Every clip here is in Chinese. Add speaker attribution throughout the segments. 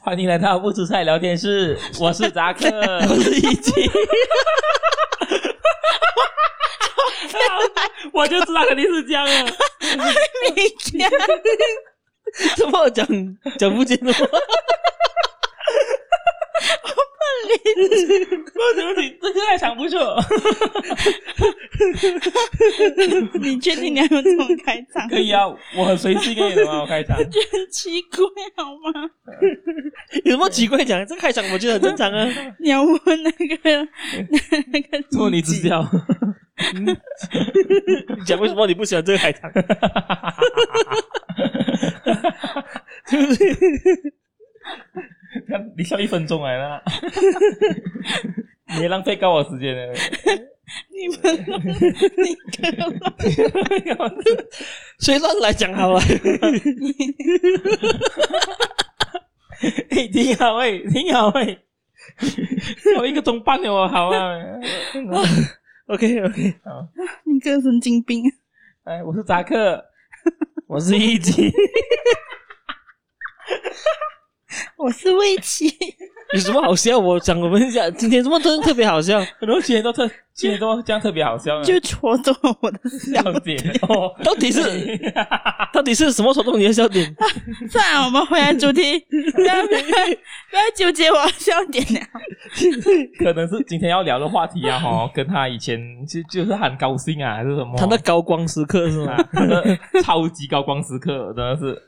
Speaker 1: 欢迎来到不出菜聊天 室，我是扎克，我是一起。我就知道肯定是这样啊！
Speaker 2: 你讲，
Speaker 3: 怎么我讲讲不清楚？
Speaker 1: 我觉得你这个还想不错，
Speaker 2: 你确定你要用这种开场？
Speaker 1: 可以啊，我很随性可以的嘛，我开场。
Speaker 2: 觉得很 奇怪好吗？
Speaker 3: 有什么奇怪讲？这开场我觉得很正常啊。
Speaker 2: 你要问那个那个
Speaker 1: 做你知道，
Speaker 3: 你讲为什么你不喜欢这个开场？
Speaker 1: 你笑一分钟来 了，你也浪费高我时间 了。
Speaker 2: 你们
Speaker 3: 所以乱来讲好了。
Speaker 1: 哎，挺好哎，挺好哎，我一个钟半了，我好 啊。
Speaker 3: OK OK，
Speaker 1: 好，
Speaker 2: 你个神经病！
Speaker 1: 哎，我是扎克，
Speaker 3: 我是一级，
Speaker 2: 我是魏琪，
Speaker 3: 有什么好笑？我讲我们讲今天什么真的特别好笑？
Speaker 1: 很多今天都特，今天都这样特别好笑啊，
Speaker 2: 就戳中了我的笑
Speaker 1: 了 解哦。
Speaker 3: 到底是到底是什么戳中你的笑点？
Speaker 1: 哦
Speaker 2: 算了，我们回来主题，不要不要不要纠结我的笑点了。
Speaker 1: 可能是今天要聊的话题啊，哈，跟他以前就就是很高兴啊，还是什么？
Speaker 3: 他的高光时刻是吗
Speaker 1: 啊？，他的超级高光时刻，真的是。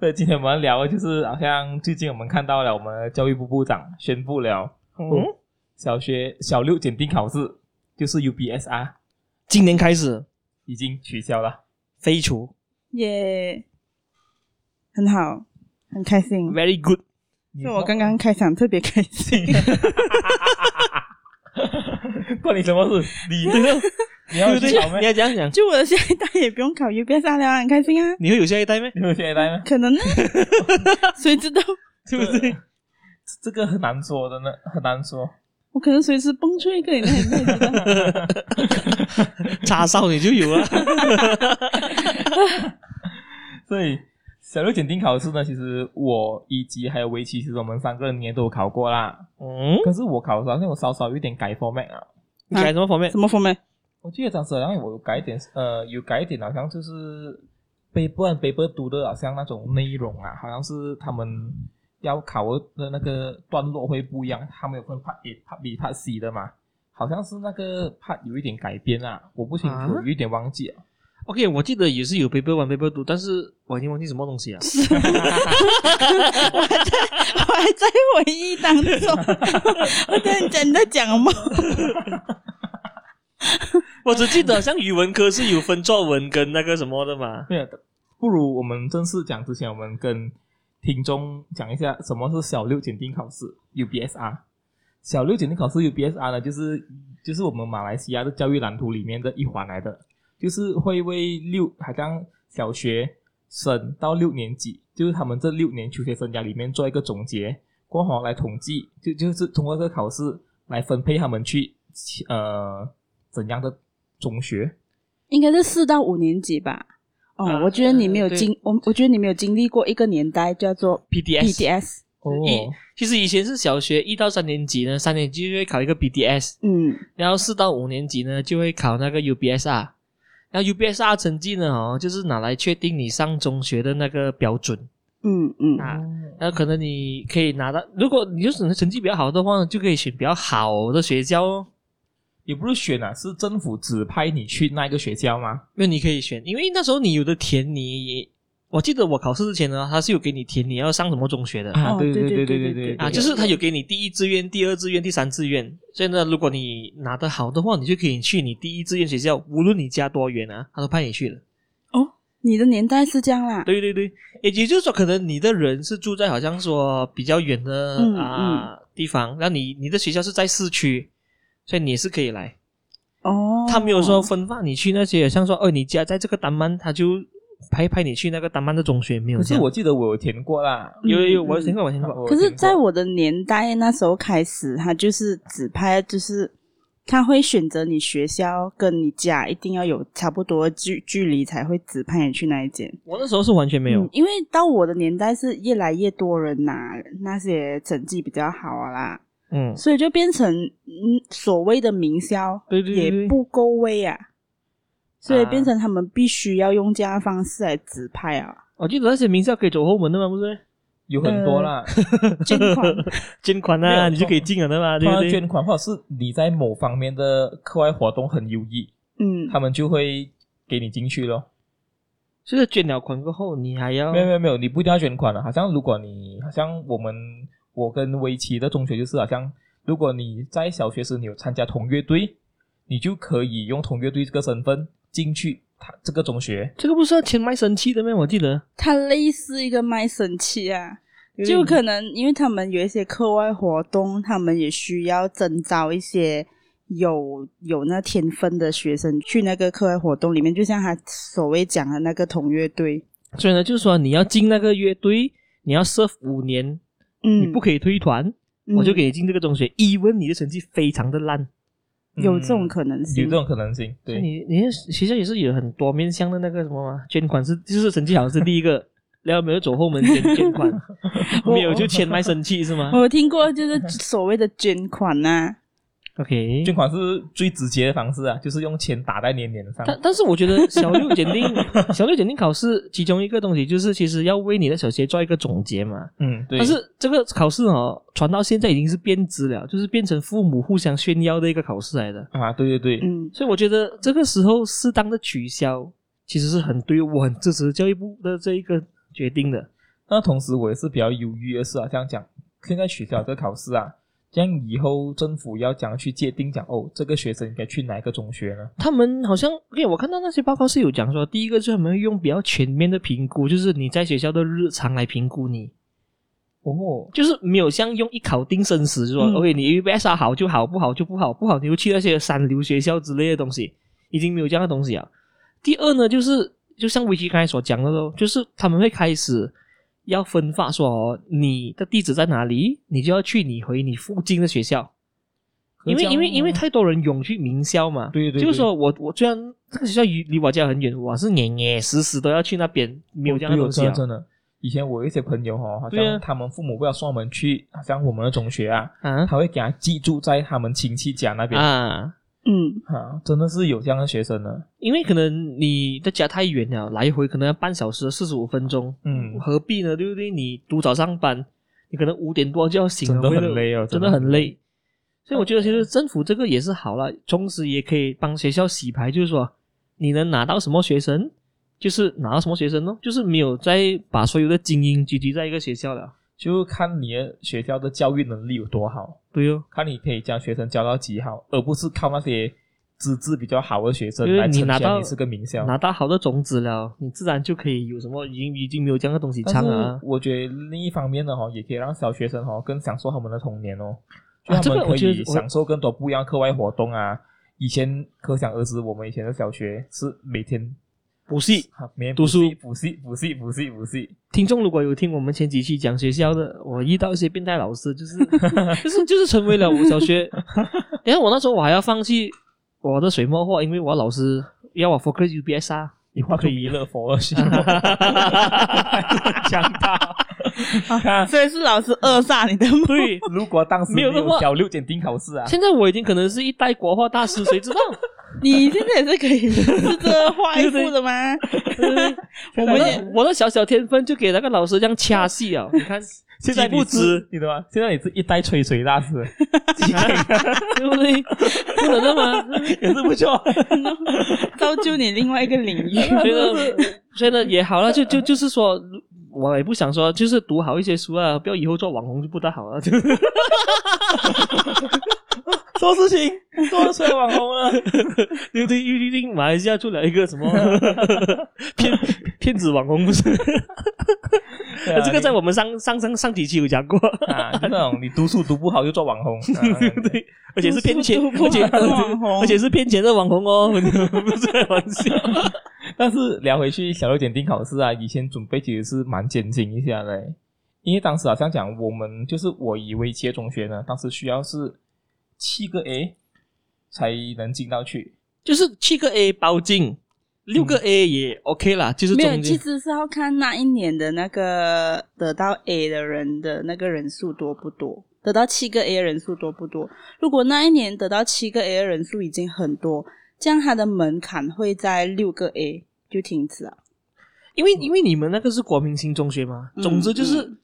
Speaker 1: 对，今天我们聊的就是，好像最近我们看到了，我们教育部部长宣布了哦
Speaker 3: 嗯，
Speaker 1: 小学小六检定考试，就是 UBSR
Speaker 3: 今年开始
Speaker 1: 已经取消了。
Speaker 3: 废除
Speaker 2: 耶、很好，很开心。
Speaker 3: ，very good。
Speaker 1: 你
Speaker 2: 就我刚刚开场特别开心，
Speaker 1: 关你什么事？你这个你啊要
Speaker 3: 对不
Speaker 1: 去考
Speaker 3: 对？你
Speaker 1: 咩？
Speaker 3: 要这样讲，
Speaker 2: 就我的下一代也不用考 U B S 了，很开心啊。
Speaker 3: 你会有下一代吗？
Speaker 1: 你有学来吗？
Speaker 2: 可 能呢，谁知道？
Speaker 3: 对不对？
Speaker 1: 这个很难说，真的很难说。
Speaker 2: 我可能随时蹦出一个你那里面，
Speaker 3: 叉烧你就有 啊了。
Speaker 1: 所以小六检定考试呢，其实我以及还有围棋，其实我们三个人应该都有考过啦。
Speaker 3: 嗯，
Speaker 1: 可是我考的时候，好像我稍稍有一点改 format 啊。
Speaker 3: 你改什么方面
Speaker 2: 什？么封面？
Speaker 1: 我记得当时好像我有改一点，呃，有改一点，好像就是 paper and paper 读的，好像那种内容啊，好像是他们要考的那个段落会不一样，他们有分 part A、part B、part C 的嘛，好像是那个 part 有一点改编啊，我不清楚，
Speaker 3: 啊
Speaker 1: 有一点忘记了。
Speaker 3: OK，我记得也是有 paper one、paper two，但是我已经忘记什么东西了。
Speaker 2: 我还在， 我还在回忆当中。 我在你在讲吗？
Speaker 3: 我只记得像语文科是有分作文跟那个什么的嘛。
Speaker 1: 对，啊不如我们正式讲之前，我们跟听众讲一下什么是小六检定考试 （UBSR）。小六检定考试 （UBSR） 呢，就是就是我们马来西亚的教育蓝图里面的一环来的，就是会为六好像小学生到六年级，就是他们这六年求学生涯里面做一个总结，过后来统计，就就是通过这个考试来分配他们去呃怎样的中学。
Speaker 2: 应该是四到五年级吧。哦，
Speaker 3: 啊
Speaker 2: 我觉得你没有经，我我觉得你没有经历过一个年代叫做
Speaker 3: PDS，,
Speaker 2: BDS。
Speaker 1: 哦
Speaker 3: 一其实以前是小学一到三年级呢，三年级就会考一个 BDS，
Speaker 2: 嗯，
Speaker 3: 然后四到五年级呢就会考那个 UBSR，然后 UBSR 成绩呢哦，就是拿来确定你上中学的那个标准。
Speaker 2: 嗯嗯，
Speaker 3: 啊然后可能你可以拿到，如果你就是成绩比较好的话呢，就可以选比较好的学校哦。
Speaker 1: 也不是选啊，是政府指派你去那个学校吗？
Speaker 3: 那你可以选，因为那时候你有的填你也，我记得我考试之前呢，他是有给你填你要上什么中学的
Speaker 2: 哦
Speaker 1: 对
Speaker 2: 对
Speaker 1: 对
Speaker 2: 对
Speaker 1: 对
Speaker 2: 对
Speaker 1: 啊对
Speaker 2: 对
Speaker 3: 啊，就是他有给你第一志愿、第二志愿、第三志愿。所以呢，如果你拿得好的话，你就可以去你第一志愿学校，无论你家多远啊，他都派你去了。
Speaker 2: 你的年代是这样啦。
Speaker 3: 对对对，也也就是说，可能你的人是住在好像说比较远的
Speaker 2: 嗯
Speaker 3: 啊地方，那你你的学校是在市区，所以你也是可以来。
Speaker 2: 哦，
Speaker 3: 他没有说分发你去那些，像说哦，你家在这个丹曼，他就派派你去那个丹曼的中学，没有
Speaker 1: 可
Speaker 3: 这
Speaker 1: 是
Speaker 3: 样。
Speaker 1: 我记得我有填过啦，
Speaker 2: 嗯
Speaker 3: 有有有，
Speaker 2: 嗯
Speaker 3: 我听过，我听过。
Speaker 1: 我有
Speaker 2: 可是，
Speaker 1: 填过
Speaker 2: 在我的年代那时候开始，他就是指派就是他会选择你学校跟你家一定要有差不多的距距离才会指派你去那一间。
Speaker 3: 我那时候是完全没有，
Speaker 2: 嗯因为到我的年代是越来越多人拿那些成绩比较好啊啦，
Speaker 3: 嗯，
Speaker 2: 所以就变成嗯所谓的名校
Speaker 3: 对对对
Speaker 2: 也不够位啊，所以
Speaker 3: 啊
Speaker 2: 变成他们必须要用这样的方式来指派啊，
Speaker 3: 我哦记得那些名校可以走后门的嘛，不是？
Speaker 1: 有很多啦，
Speaker 2: 捐 款
Speaker 3: 捐款
Speaker 1: 没
Speaker 3: 嗯啊，
Speaker 1: 有
Speaker 3: 你就可以进了的嘛，对
Speaker 1: 他
Speaker 3: 不
Speaker 1: 们
Speaker 3: 对？
Speaker 1: 捐款或者是你在某方面的课外活动很优异，
Speaker 2: 嗯，
Speaker 1: 他们就会给你进去咯。
Speaker 3: 就是捐了款过后，你还要
Speaker 1: 没有没有没有，你不一定要捐款了。啊好像如果你好像我们我跟围棋的中学就是好像，如果你在小学时你有参加同乐队，你就可以用同乐队这个身份进去他这个中学。
Speaker 3: 这个不是要签卖身契的吗？我记得
Speaker 2: 它类似一个卖身契啊，就可能因为他们有一些课外活动，他们也需要征召一些有有那天分的学生去那个课外活动里面，就像他所谓讲的那个同乐队，
Speaker 3: 所以呢，就是说你要进那个乐队，你要 serve 五年，
Speaker 2: 嗯，
Speaker 3: 你不可以退团，
Speaker 2: 嗯，
Speaker 3: 我就给你进这个中学。even 你的成绩非常的烂，
Speaker 2: 嗯有这种
Speaker 1: 能、
Speaker 2: 可能性，
Speaker 1: 有这种可能性，对。
Speaker 3: 你你的学校也是有很多面向的那个什么嘛，捐款是就是成绩好是第 一个，然后没有走后门捐捐款，没有就签卖身契是吗
Speaker 2: 我有听过， 就是所谓的捐款啊呐、
Speaker 3: ？OK，
Speaker 1: 捐款是最直接的方式啊，就是用钱打在你的脸上。
Speaker 3: 但但是我觉得小六 检定小六检定考试其中一个东西就是其实要为你的小学做一个总结嘛。
Speaker 1: 嗯，对。
Speaker 3: 但是这个考试哦，传到现在已经是变质了，就是变成父母互相炫耀的一个考试来的。
Speaker 1: 啊，对对对，
Speaker 2: 嗯，
Speaker 3: 所以我觉得这个时候适当的取消，其实是很对我很支持教育部的这一个决定的。
Speaker 1: 那同时我也是比较犹豫的是啊，这样讲，现在取消这个考试啊，这样以后政府要怎样去界定讲哦，这个学生应该去哪一个中学呢？
Speaker 3: 他们好像，因为我看到那些报告是有讲说，第一个就是他们会用比较全面的评估，就是你在学校的日常来评估你。
Speaker 1: 哦，
Speaker 3: 就是没有像用一考定生死，就说、
Speaker 2: 嗯
Speaker 3: OK，你 UBS 好就好，不好就不好，不好你就去那些三流学校之类的东西，已经没有这样的东西了。第二呢，就是就像维基刚才所讲的咯，就是他们会开始要分发说、哦、你的地址在哪里，你就要去你回你附近的学校，因为因为因为
Speaker 1: 哦
Speaker 3: 太多人涌去名校嘛，
Speaker 1: 对对对
Speaker 3: 就是说我我虽然这个学校离离我家很远，我是年年时时都要去那边，没有这样的东西
Speaker 1: 哦真
Speaker 3: 啊
Speaker 1: 的。真的。以前我有一些朋友哦，好
Speaker 3: 对啊
Speaker 1: 像他们父母为了送我们去，好像我们的中学啊，
Speaker 3: 啊
Speaker 1: 他会给他寄住在他们亲戚家那边啊
Speaker 3: 啊！
Speaker 2: 嗯，
Speaker 1: 真的是有这样的学生呢。
Speaker 3: 因为可能你的家太远了，来回可能要半小时四十五分钟，
Speaker 1: 嗯
Speaker 3: 何必呢？对不对？你读早上班，你可能五点多就要醒了，
Speaker 1: 真的很
Speaker 3: 为了
Speaker 1: 累哦真
Speaker 3: 真的
Speaker 1: 的嗯
Speaker 3: 很
Speaker 1: 很
Speaker 3: 累。所以我觉得其实政府这个也是好了，同时也可以帮学校洗牌，就是说你能拿到什么学生，就是拿到什么学生咯，就是没有再把所有的精英聚集在一个学校了。
Speaker 1: 就看你的学校的教育能力有多好，
Speaker 3: 对哦，
Speaker 1: 看你可以将学生教到几好，而不是靠那些资质比较好的学生
Speaker 3: 因为
Speaker 1: 来
Speaker 3: 你
Speaker 1: 呈
Speaker 3: 拿到
Speaker 1: 现你是个名校。
Speaker 3: 拿到好的种子了，你自然就可以有什么已经已经没有这样的东西
Speaker 1: 但
Speaker 3: 唱
Speaker 1: 是
Speaker 3: 了啊。
Speaker 1: 我觉得另一方面呢，哈，也可以让小学生哈更享受他们的童年哦，就
Speaker 3: 啊这
Speaker 1: 他
Speaker 3: 个
Speaker 1: 们
Speaker 3: 我
Speaker 1: 可
Speaker 3: 觉得
Speaker 1: 以
Speaker 3: 我
Speaker 1: 享受更多不一样的课外活动啊。以前可想而知，我们以前的小学是每天
Speaker 3: 补习，
Speaker 1: 啊每天
Speaker 3: 读
Speaker 1: 补习
Speaker 3: 书
Speaker 1: 补习、补习、补习、补习。
Speaker 3: 听众如果有听我们前几期讲学校的，我遇到一些变态老 师，就是就是就是成为了我小学。然后我那时候我还要放弃我的水墨画，因为我老师要我 focus UBS 啊，
Speaker 1: 你画出弥勒佛了是吗？
Speaker 3: 讲到
Speaker 1: 看，
Speaker 2: 所以是老师扼杀你的梦。
Speaker 3: 对。
Speaker 1: 如果当时
Speaker 3: 没有的话
Speaker 1: 小六检定考 试啊，
Speaker 3: 现在我已经可能是一代国画大师，谁 知道？
Speaker 2: 你现在也是可以试着画一幅的吗？
Speaker 3: 我们的 我的小小天分就给那个老师这样掐戏啊！你看，
Speaker 1: 现在
Speaker 3: 几步
Speaker 1: 你
Speaker 3: 之
Speaker 1: 是你懂吗？现在你是一代吹水 大师，
Speaker 3: 对 不对？不能的吗？
Speaker 1: 也是不错。
Speaker 2: 造就你另外一个领 域。
Speaker 3: 所以呢，所以呢也好了，就就就是说，我也不想说，就是读好一些书啊，不要以后做网红就不大好了。啊就
Speaker 1: 什么事情？多吹网红了。
Speaker 3: 对对，预定马来西亚出来一个 什么骗骗子网红，不是？
Speaker 1: 对啊
Speaker 3: 这个在
Speaker 1: 你
Speaker 3: 我们上上上上几期有讲过，
Speaker 1: 啊，就那种你读书读不好就做网红，啊
Speaker 3: 对不对？而且是骗钱，
Speaker 2: 读书读不
Speaker 3: 而且
Speaker 2: 好的网红
Speaker 3: 而且是骗钱的网红哦，不是开玩笑。
Speaker 1: 但是聊回去小六检定考试啊，以前准备其实是蛮艰辛一下的，因为当时好像讲我们就是我以为企业中学呢，当时需要是七个 A，才能进到去。
Speaker 3: 就是七个 A 包进，六个 A 也 OK 啦，就是
Speaker 2: 没有，
Speaker 3: 中
Speaker 2: 其
Speaker 3: 间
Speaker 2: 实是要看那一年的那个得到 A 的人的那个人数多不多，得到七个 A 的人数多不多。如果那一年得到七个 A 的人数已经很多，这样它的门槛会在六个 A 就停止啊。
Speaker 3: 因为因为你们那个是国民新中学嘛，
Speaker 2: 嗯
Speaker 3: 总之就是、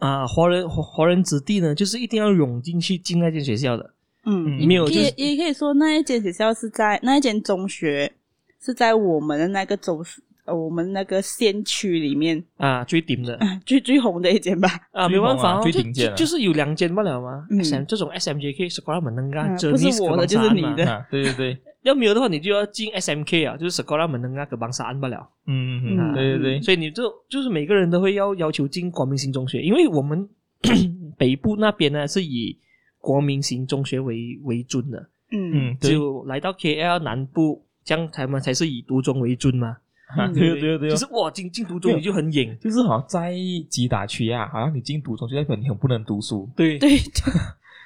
Speaker 3: 啊，华人华华人子弟呢，就是一定要涌进去进那间学校的，
Speaker 2: 嗯，
Speaker 1: 嗯
Speaker 3: 没有就
Speaker 2: 也
Speaker 3: 是
Speaker 2: 也可以说那一间学校是在那一间中学是在我们的那个州属。呃我们那个县区里面、
Speaker 3: 啊最顶的
Speaker 2: 啊最最红的一间吧，
Speaker 3: 啊，没
Speaker 1: 最
Speaker 3: 办法、
Speaker 1: 猛啊
Speaker 3: 哦，
Speaker 1: 最
Speaker 3: 就
Speaker 1: 顶尖
Speaker 3: 就
Speaker 1: 了
Speaker 3: 就是有两间罢了嘛。
Speaker 2: 嗯
Speaker 3: SM 这种 SMJK 是关门能干，
Speaker 2: 嗯
Speaker 3: Jernis
Speaker 2: 不是我的
Speaker 3: 跟
Speaker 2: 就是
Speaker 3: 帮
Speaker 2: 你
Speaker 3: 山嘛
Speaker 2: 对的
Speaker 1: 啊，对对对，
Speaker 3: 要没有的话，你就要进 SMK 啊，就是 Sekolah Menengah Kebangsaan 不了。
Speaker 1: 嗯嗯
Speaker 2: 嗯
Speaker 1: 嗯，对对对，
Speaker 3: 所以你就就是每个人都会要要求进国民型中学，因为我们 北部那边呢是以国民型中学为为准的，
Speaker 2: 嗯
Speaker 1: 嗯对，
Speaker 3: 就来到 KL 南部，这样他们才是以独中为准嘛。
Speaker 1: 啊
Speaker 2: 嗯
Speaker 1: 对对对
Speaker 3: 其，实哇，进进独中你就很 瘾，
Speaker 1: 就是好像在吉打区啊，好像你进读中就代表你很不能读书，
Speaker 3: 对
Speaker 2: 对对，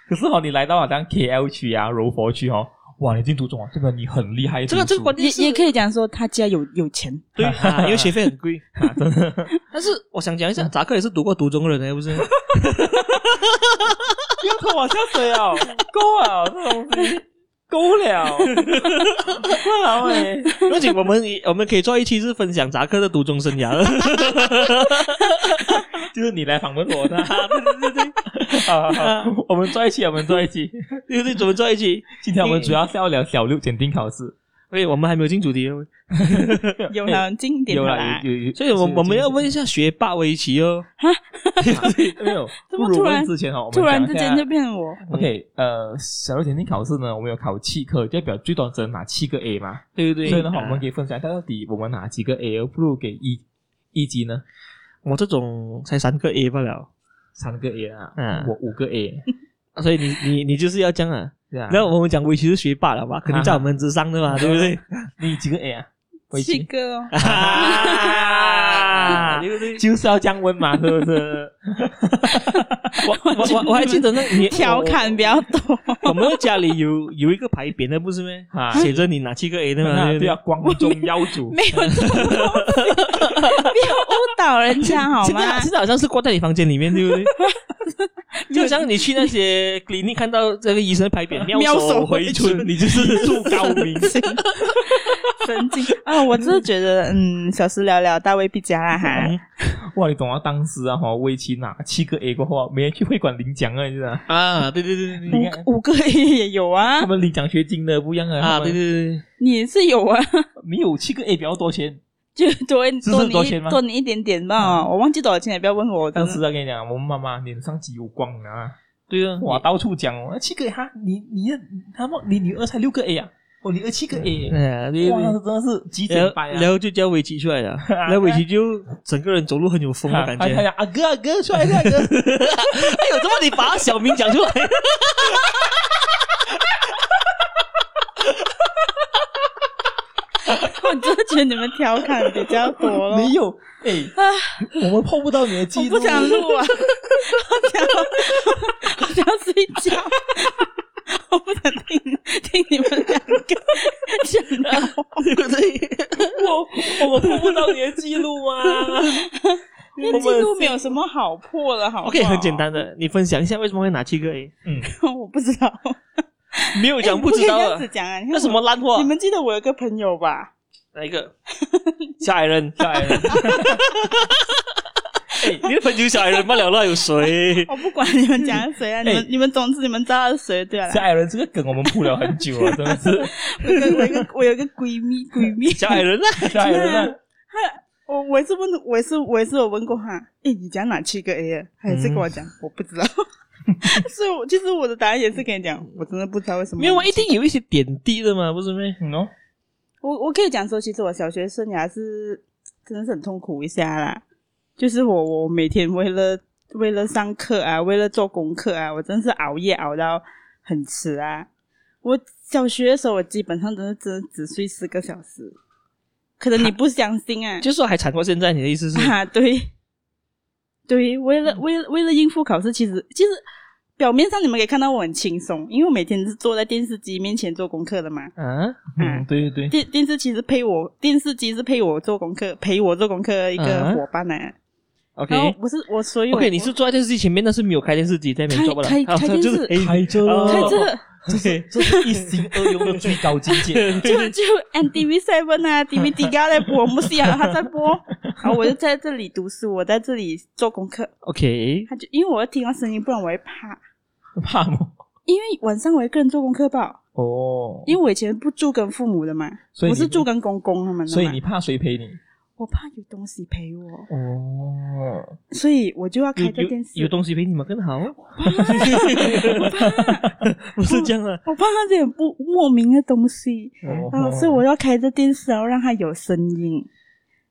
Speaker 1: 可是哦，你来到好像 KL 区啊、柔佛区哦，哇，你进读中啊，这个你很厉害，
Speaker 3: 这个
Speaker 1: 读
Speaker 3: 这
Speaker 1: 书
Speaker 3: 个关键
Speaker 2: 也
Speaker 3: 是
Speaker 2: 也可以讲说他家有有钱，
Speaker 3: 对啊，因为学费很 贵。嗯
Speaker 1: 啊，真的，
Speaker 3: 但是我想讲一下，扎克也是读过独中的人呢，不是？
Speaker 1: 不要拖我下水
Speaker 3: 啊
Speaker 1: 哦，够了，这东西够 了，够了喂，
Speaker 3: 而且我们我们可以做一期是分享扎克的独中生 涯。
Speaker 1: 就是你来访问我的，
Speaker 3: 对对对
Speaker 1: 好好好，我们坐一起，我们坐一起，
Speaker 3: 对对，怎么做一期？
Speaker 1: 今天我们主要是要聊小六检定考试，
Speaker 3: 哎，我们还没有进主题哦，
Speaker 2: 有了经典
Speaker 1: 有
Speaker 2: 的
Speaker 1: 啦
Speaker 2: 啦，，
Speaker 1: 有有，
Speaker 3: 所以我我们要问一下学霸围棋哦。
Speaker 1: 没有，
Speaker 2: 怎
Speaker 1: 不
Speaker 2: 么
Speaker 1: 如
Speaker 2: 突然
Speaker 1: 问之前哦，我们
Speaker 2: 突然
Speaker 1: 讲一
Speaker 2: 之
Speaker 1: 下
Speaker 2: 间就变成我，
Speaker 3: 嗯
Speaker 1: OK，呃，小六检定考试呢，我们有考七科，代表最多只能拿七个 A 嘛。
Speaker 3: 对对对，
Speaker 1: 所以的话，
Speaker 3: 啊
Speaker 1: 我们可以分享一下到底我们哪几个 A，而不如给一一级呢？
Speaker 3: 我这种才三个 A 罢了，
Speaker 1: 三个 A 啊，
Speaker 3: 嗯
Speaker 1: 我五个 A，
Speaker 3: 所以你你你就是要这样啊。
Speaker 1: 对啊，
Speaker 3: 然后我们讲围棋是学霸了嘛，肯定在我们之上的嘛，对不对？
Speaker 1: 你几个 A 啊？围
Speaker 2: 七
Speaker 1: 棋
Speaker 2: 个哦，
Speaker 3: 啊对不对？
Speaker 1: 就是要降温嘛，是不是？
Speaker 3: 我我我我还记得那你
Speaker 2: 调侃比较多，
Speaker 3: 我们的家里有有一个牌匾的，不是咩？
Speaker 1: 啊
Speaker 3: 写着你哪七个 A 的嘛？
Speaker 1: 啊
Speaker 3: 对不
Speaker 1: 对啊，光宗耀祖
Speaker 2: 没有这种东西，不要误导人家好
Speaker 3: 现在
Speaker 2: 吗？
Speaker 3: 现在好像是挂在你房间里面，对不对？就好
Speaker 2: 有
Speaker 3: 像你去那些 clinic 看到这个医生牌匾“
Speaker 2: 妙
Speaker 3: 妙
Speaker 2: 手
Speaker 3: 手
Speaker 2: 回
Speaker 3: 回
Speaker 2: 春
Speaker 3: 春”，你就是树高明。
Speaker 2: 神经啊！我真的觉得，嗯，小时聊聊，大未必佳啦哈。
Speaker 1: 嗯哇！你懂啊，当时啊，哈，围棋拿七个 A 过后啊，没人去会馆领奖啊，你知道吗？
Speaker 3: 啊，对对对对对
Speaker 1: 你看
Speaker 2: 五个 A 也有 啊
Speaker 1: 他，们领奖学金的不一样啊，
Speaker 3: 啊，
Speaker 1: 他们
Speaker 3: 对对对
Speaker 2: 你也是有啊，
Speaker 1: 没有七个 A 比较多钱。
Speaker 2: 就多
Speaker 1: 是
Speaker 2: 多
Speaker 1: 很多
Speaker 2: 你一
Speaker 1: 钱吗嗯
Speaker 2: 多你一点点吧。我忘记多少钱，也不要问我。
Speaker 1: 当
Speaker 2: 真
Speaker 1: 时
Speaker 2: 的
Speaker 3: 嗯
Speaker 1: 啊，跟你讲，我们妈妈脸上几有光啊。
Speaker 3: 对啊！
Speaker 1: 哇，到处讲哦，啊七个 A 哈，你你的他们你女儿才六个 A 啊，哦，你儿七个 A，
Speaker 3: 哎呀，
Speaker 2: 嗯
Speaker 3: 对
Speaker 1: 哇，
Speaker 3: 对
Speaker 1: 真的是极
Speaker 3: 对，
Speaker 1: 简
Speaker 3: 然后
Speaker 1: 版啊
Speaker 3: 然！后就叫围棋出来了， 然后围棋就整个人走路很有风的感觉。
Speaker 1: 哎呀，阿哥阿哥，出来出来阿 哥！
Speaker 3: 哎呦，怎么你把小明讲出来？
Speaker 2: 我真的觉得你们调侃比较多 了。
Speaker 1: 没有，哎，我们碰不到你的
Speaker 2: 我
Speaker 1: 记录
Speaker 2: 不，想录啊！ 我想，我想睡觉， 我不想听听你们两个讲聊。
Speaker 3: 对不对？
Speaker 1: 我我们碰不到你的记录 啊！
Speaker 2: 因为记录没有什么好破的，好不好
Speaker 3: OK，很简，单的，你分享一下为什么会拿七个 A？
Speaker 1: 嗯，
Speaker 2: 我不知道，
Speaker 3: 没有讲
Speaker 2: 不可以
Speaker 3: 知道
Speaker 2: 这样
Speaker 3: 啊
Speaker 2: 子，讲啊！你看
Speaker 3: 那什么烂
Speaker 2: 我？
Speaker 3: 货
Speaker 2: 你？们记得我有个朋友吧？
Speaker 3: 哪一个？小矮 人，
Speaker 1: 下来了，
Speaker 3: 你的朋友小矮人不了了，有 谁？
Speaker 2: 我不管你们讲谁 啊，你们
Speaker 1: 哎
Speaker 2: 你们总之你们知道是谁对了
Speaker 1: 下
Speaker 2: 啦。
Speaker 1: 来了，这个梗我们铺了很久啊了，真的 是
Speaker 2: 我有个我有个我有个闺蜜闺 蜜，
Speaker 3: 小矮人啊呢？
Speaker 1: 下来了呢。
Speaker 2: 我哦我也是问，我也是我也是有问过他，诶，你讲哪七个 A？啊他也是跟我
Speaker 3: 嗯
Speaker 2: 讲，我不知道。 所以我，其实我的答案也是跟你讲，我真的不知道为什么。
Speaker 3: 嗯没有啊，一定有一些点滴的嘛，不是咩？
Speaker 1: 嗯哦，
Speaker 2: 我我可以讲说，其实我小学生涯是真的是很痛苦一下啦，就是我我每天为了为了上课啊，为了做功课啊，我真是熬夜熬到很迟啊。我小学的时候，我基本上真的真的只睡四个小时，可能你不相信啊，
Speaker 3: 就是说还惨过现在，你的 意思是？
Speaker 2: 啊，对，对，为了为了为了应付考试，其实其实表面上你们可以看到我很轻松，因为我每天是坐在电视机面前做功课的嘛。
Speaker 3: 啊，
Speaker 1: 嗯，对对对，
Speaker 2: 电电视机是陪我，电视机是陪我做功课，陪我做功课的一个
Speaker 3: 嗯
Speaker 2: 伙伴来、
Speaker 3: ，OK
Speaker 2: 然后我是我所有
Speaker 3: OK，你是坐在电视机前面，但是没有开电视机，在那边做不了，
Speaker 2: 开开
Speaker 3: 好
Speaker 2: 开电视
Speaker 3: 就是
Speaker 1: 开着
Speaker 3: 哦
Speaker 1: 了，
Speaker 2: 开 这
Speaker 1: 这是这是一心二用的最高境界。
Speaker 2: 就就 NTV Seven 啊，DVD 嘎在播，木西啊，他在播，然后我就在这里读书，我在这里做功课，
Speaker 3: OK，
Speaker 2: 他就因为我要听到声音，不然我会怕，
Speaker 1: 怕吗？
Speaker 2: 因为晚上我一个人做功课吧，
Speaker 1: 哦，
Speaker 2: 因为我以前不住跟父母的嘛，
Speaker 1: 所以
Speaker 2: 我
Speaker 1: 你
Speaker 2: 是住跟公公他们的嘛，
Speaker 1: 所以你怕谁陪你？
Speaker 2: 我怕有东西陪我，
Speaker 1: 哦，
Speaker 2: 所以我就要
Speaker 3: 有
Speaker 2: 开着
Speaker 3: 有
Speaker 2: 电视，啊
Speaker 3: 有东西陪你们更好，
Speaker 2: 我怕
Speaker 3: 不是这样 啊。
Speaker 2: 我怕那点不莫名的东西，
Speaker 1: 哦
Speaker 2: 啊，所以我要开着电视，然后让它有声音，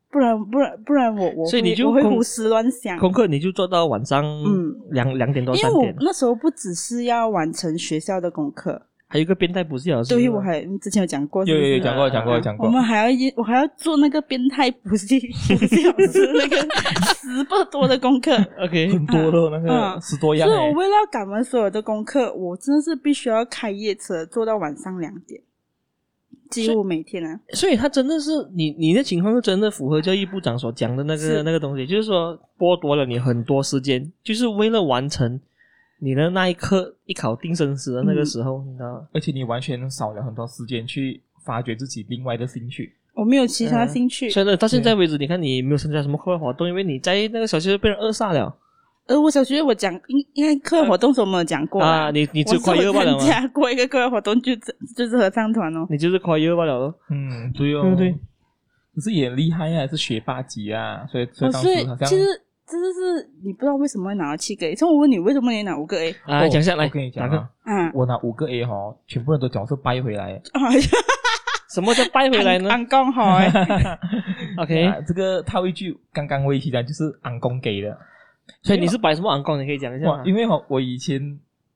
Speaker 2: 不然不然不然我我
Speaker 3: 哦所以
Speaker 2: 会
Speaker 3: 你就
Speaker 2: 我会
Speaker 3: 空
Speaker 2: 胡思乱想，
Speaker 3: 功课你就做到晚上
Speaker 2: 嗯
Speaker 3: 两两点多
Speaker 2: 因为
Speaker 3: 三
Speaker 2: 我
Speaker 3: 点，
Speaker 2: 那时候不只是要完成学校的功课，
Speaker 3: 还有一个变态补习老师，
Speaker 2: 所以我还啊你之前有讲过，
Speaker 1: 有啊有
Speaker 2: 是
Speaker 1: 有
Speaker 2: 不是
Speaker 1: 讲过讲过讲
Speaker 2: 我
Speaker 1: 过，
Speaker 2: 们还要一我还要做那个变态补习补习老师那个十不多的功课，
Speaker 3: OK，
Speaker 1: 很多的那
Speaker 2: 嗯
Speaker 1: 个十多
Speaker 2: 所
Speaker 1: 样
Speaker 2: 以我
Speaker 1: 欸
Speaker 2: 为了要赶完所有的功课，我真的是必须要开夜车做到晚上两点，几乎每天啊，
Speaker 3: 所以他真的是你你的情况是真的符合教育部长所讲的那个
Speaker 2: 是
Speaker 3: 那个东西，就是说剥夺了你很多时间，就是为了完成你的那一刻一考定生死的那个时候，你知道吗？
Speaker 1: 而且你完全少了很多时间去发掘自己另外的兴趣。
Speaker 2: 我没有其他
Speaker 3: 嗯
Speaker 2: 兴趣，
Speaker 3: 所以呢，到现在为止，你看你没有参加什么课外活动，因为你在那个小学就被人扼杀了
Speaker 2: 呃，我小学我讲应应该课外活动时候没有讲过
Speaker 3: 啊！
Speaker 2: 啦，
Speaker 3: 你你
Speaker 2: 我
Speaker 3: 只快
Speaker 2: 有
Speaker 3: 乐罢了
Speaker 2: 参
Speaker 3: 嘛，
Speaker 2: 加过一个课外活动，就这就是合唱团哦。
Speaker 3: 你就是快乐罢了咯。
Speaker 1: 嗯，对哦，
Speaker 3: 对不对？
Speaker 1: 可是也很厉害啊，是学霸级啊，所以所
Speaker 2: 哦
Speaker 1: 以当
Speaker 2: 所以
Speaker 1: 时好像
Speaker 2: 其实这就是你不知道为什么会拿到七个 A，所以我问你为什么你拿五个 A
Speaker 3: 啊，
Speaker 1: 哦
Speaker 3: 讲下来，
Speaker 1: 我跟你讲
Speaker 3: 哪个
Speaker 1: 啊，
Speaker 2: 啊？
Speaker 1: 我拿五个 A 哈，全部人都讲是掰回来。
Speaker 3: 什么叫掰回来 呢
Speaker 2: 安 刚好哎，
Speaker 3: ？OK，
Speaker 1: 啊 这个套一句刚刚我也提到，就是昂公给的。
Speaker 3: 所以你是摆什么昂光？你可以讲一下
Speaker 1: 哇
Speaker 3: 吗，
Speaker 1: 因为哈，我以前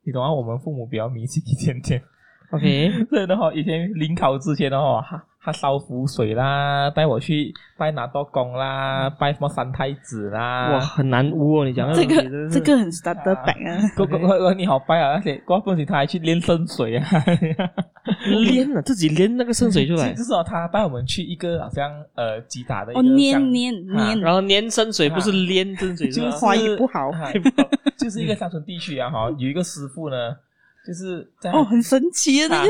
Speaker 1: 你懂啊，我们父母比较迷信一点点，
Speaker 3: ？OK，
Speaker 1: 所以的话，以前临考之前的话，他他烧符水啦，带我去拜拿多公啦，拜什么三太子啦，
Speaker 3: 嗯哇，很难污哦，你讲东
Speaker 2: 这
Speaker 3: 西真
Speaker 2: 个
Speaker 3: 的
Speaker 2: 这
Speaker 3: 是
Speaker 2: 个很 starter back 啊，
Speaker 1: 哥哥哥哥你好拜啊！而且关不起他还去练圣水啊，
Speaker 3: 练啊了，自己练那个圣水出来
Speaker 1: 就，是说嗯他带我们去一个好像呃吉打的一
Speaker 2: 哦，
Speaker 1: 个像
Speaker 2: 念念
Speaker 1: 啊
Speaker 2: 念，
Speaker 3: 然后粘圣水不是练圣水 是
Speaker 1: 就
Speaker 3: 吧？
Speaker 1: 是
Speaker 2: 华语不好
Speaker 1: 啊 就是一个乡村地区啊 哈，有一个师傅呢，就是在
Speaker 2: 哦，很神奇啊，那
Speaker 1: 啊
Speaker 2: 个。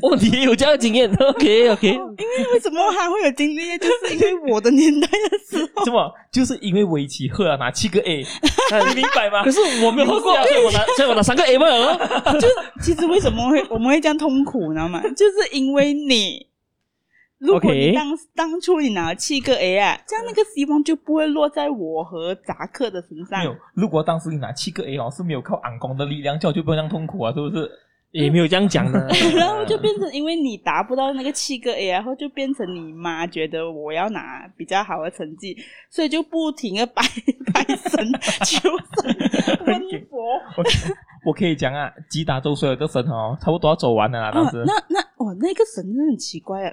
Speaker 3: 哦，你也有这样的经验？OK OK，
Speaker 2: 因 为为什么他会有经历呢？就是因为我的年代的时候，
Speaker 1: 怎么 就是因为围棋喝啊了拿七个 A，你明白吗
Speaker 2: 啊
Speaker 3: 可？是我没有喝过，所以我拿，所以我拿三个 A 罢了咯。
Speaker 2: 其实为什么 会我们会这样痛苦，你知道吗？ 就是因为你，如果
Speaker 3: OK
Speaker 2: 你当当初你拿了七个 A 啊，这样那个希望就不会落在我和扎克的身
Speaker 1: 没有
Speaker 2: 上。，
Speaker 1: 如果当时你拿七个 A 哦，是没有靠昂公的力量，叫我就不会那样痛苦啊，是不 是？
Speaker 3: 也没有这样讲的，
Speaker 2: 然后就变成，因为你达不到那个七个 A，然后就变成你妈觉得我要拿比较好的成绩，所以就不停的拜拜神、求 神、问佛。
Speaker 1: 我我可以讲啊，吉打州所有的神哦，差不多要走完了啦，当
Speaker 2: 哦
Speaker 1: 时，。
Speaker 2: 那那哦，那个神真的很奇怪啊！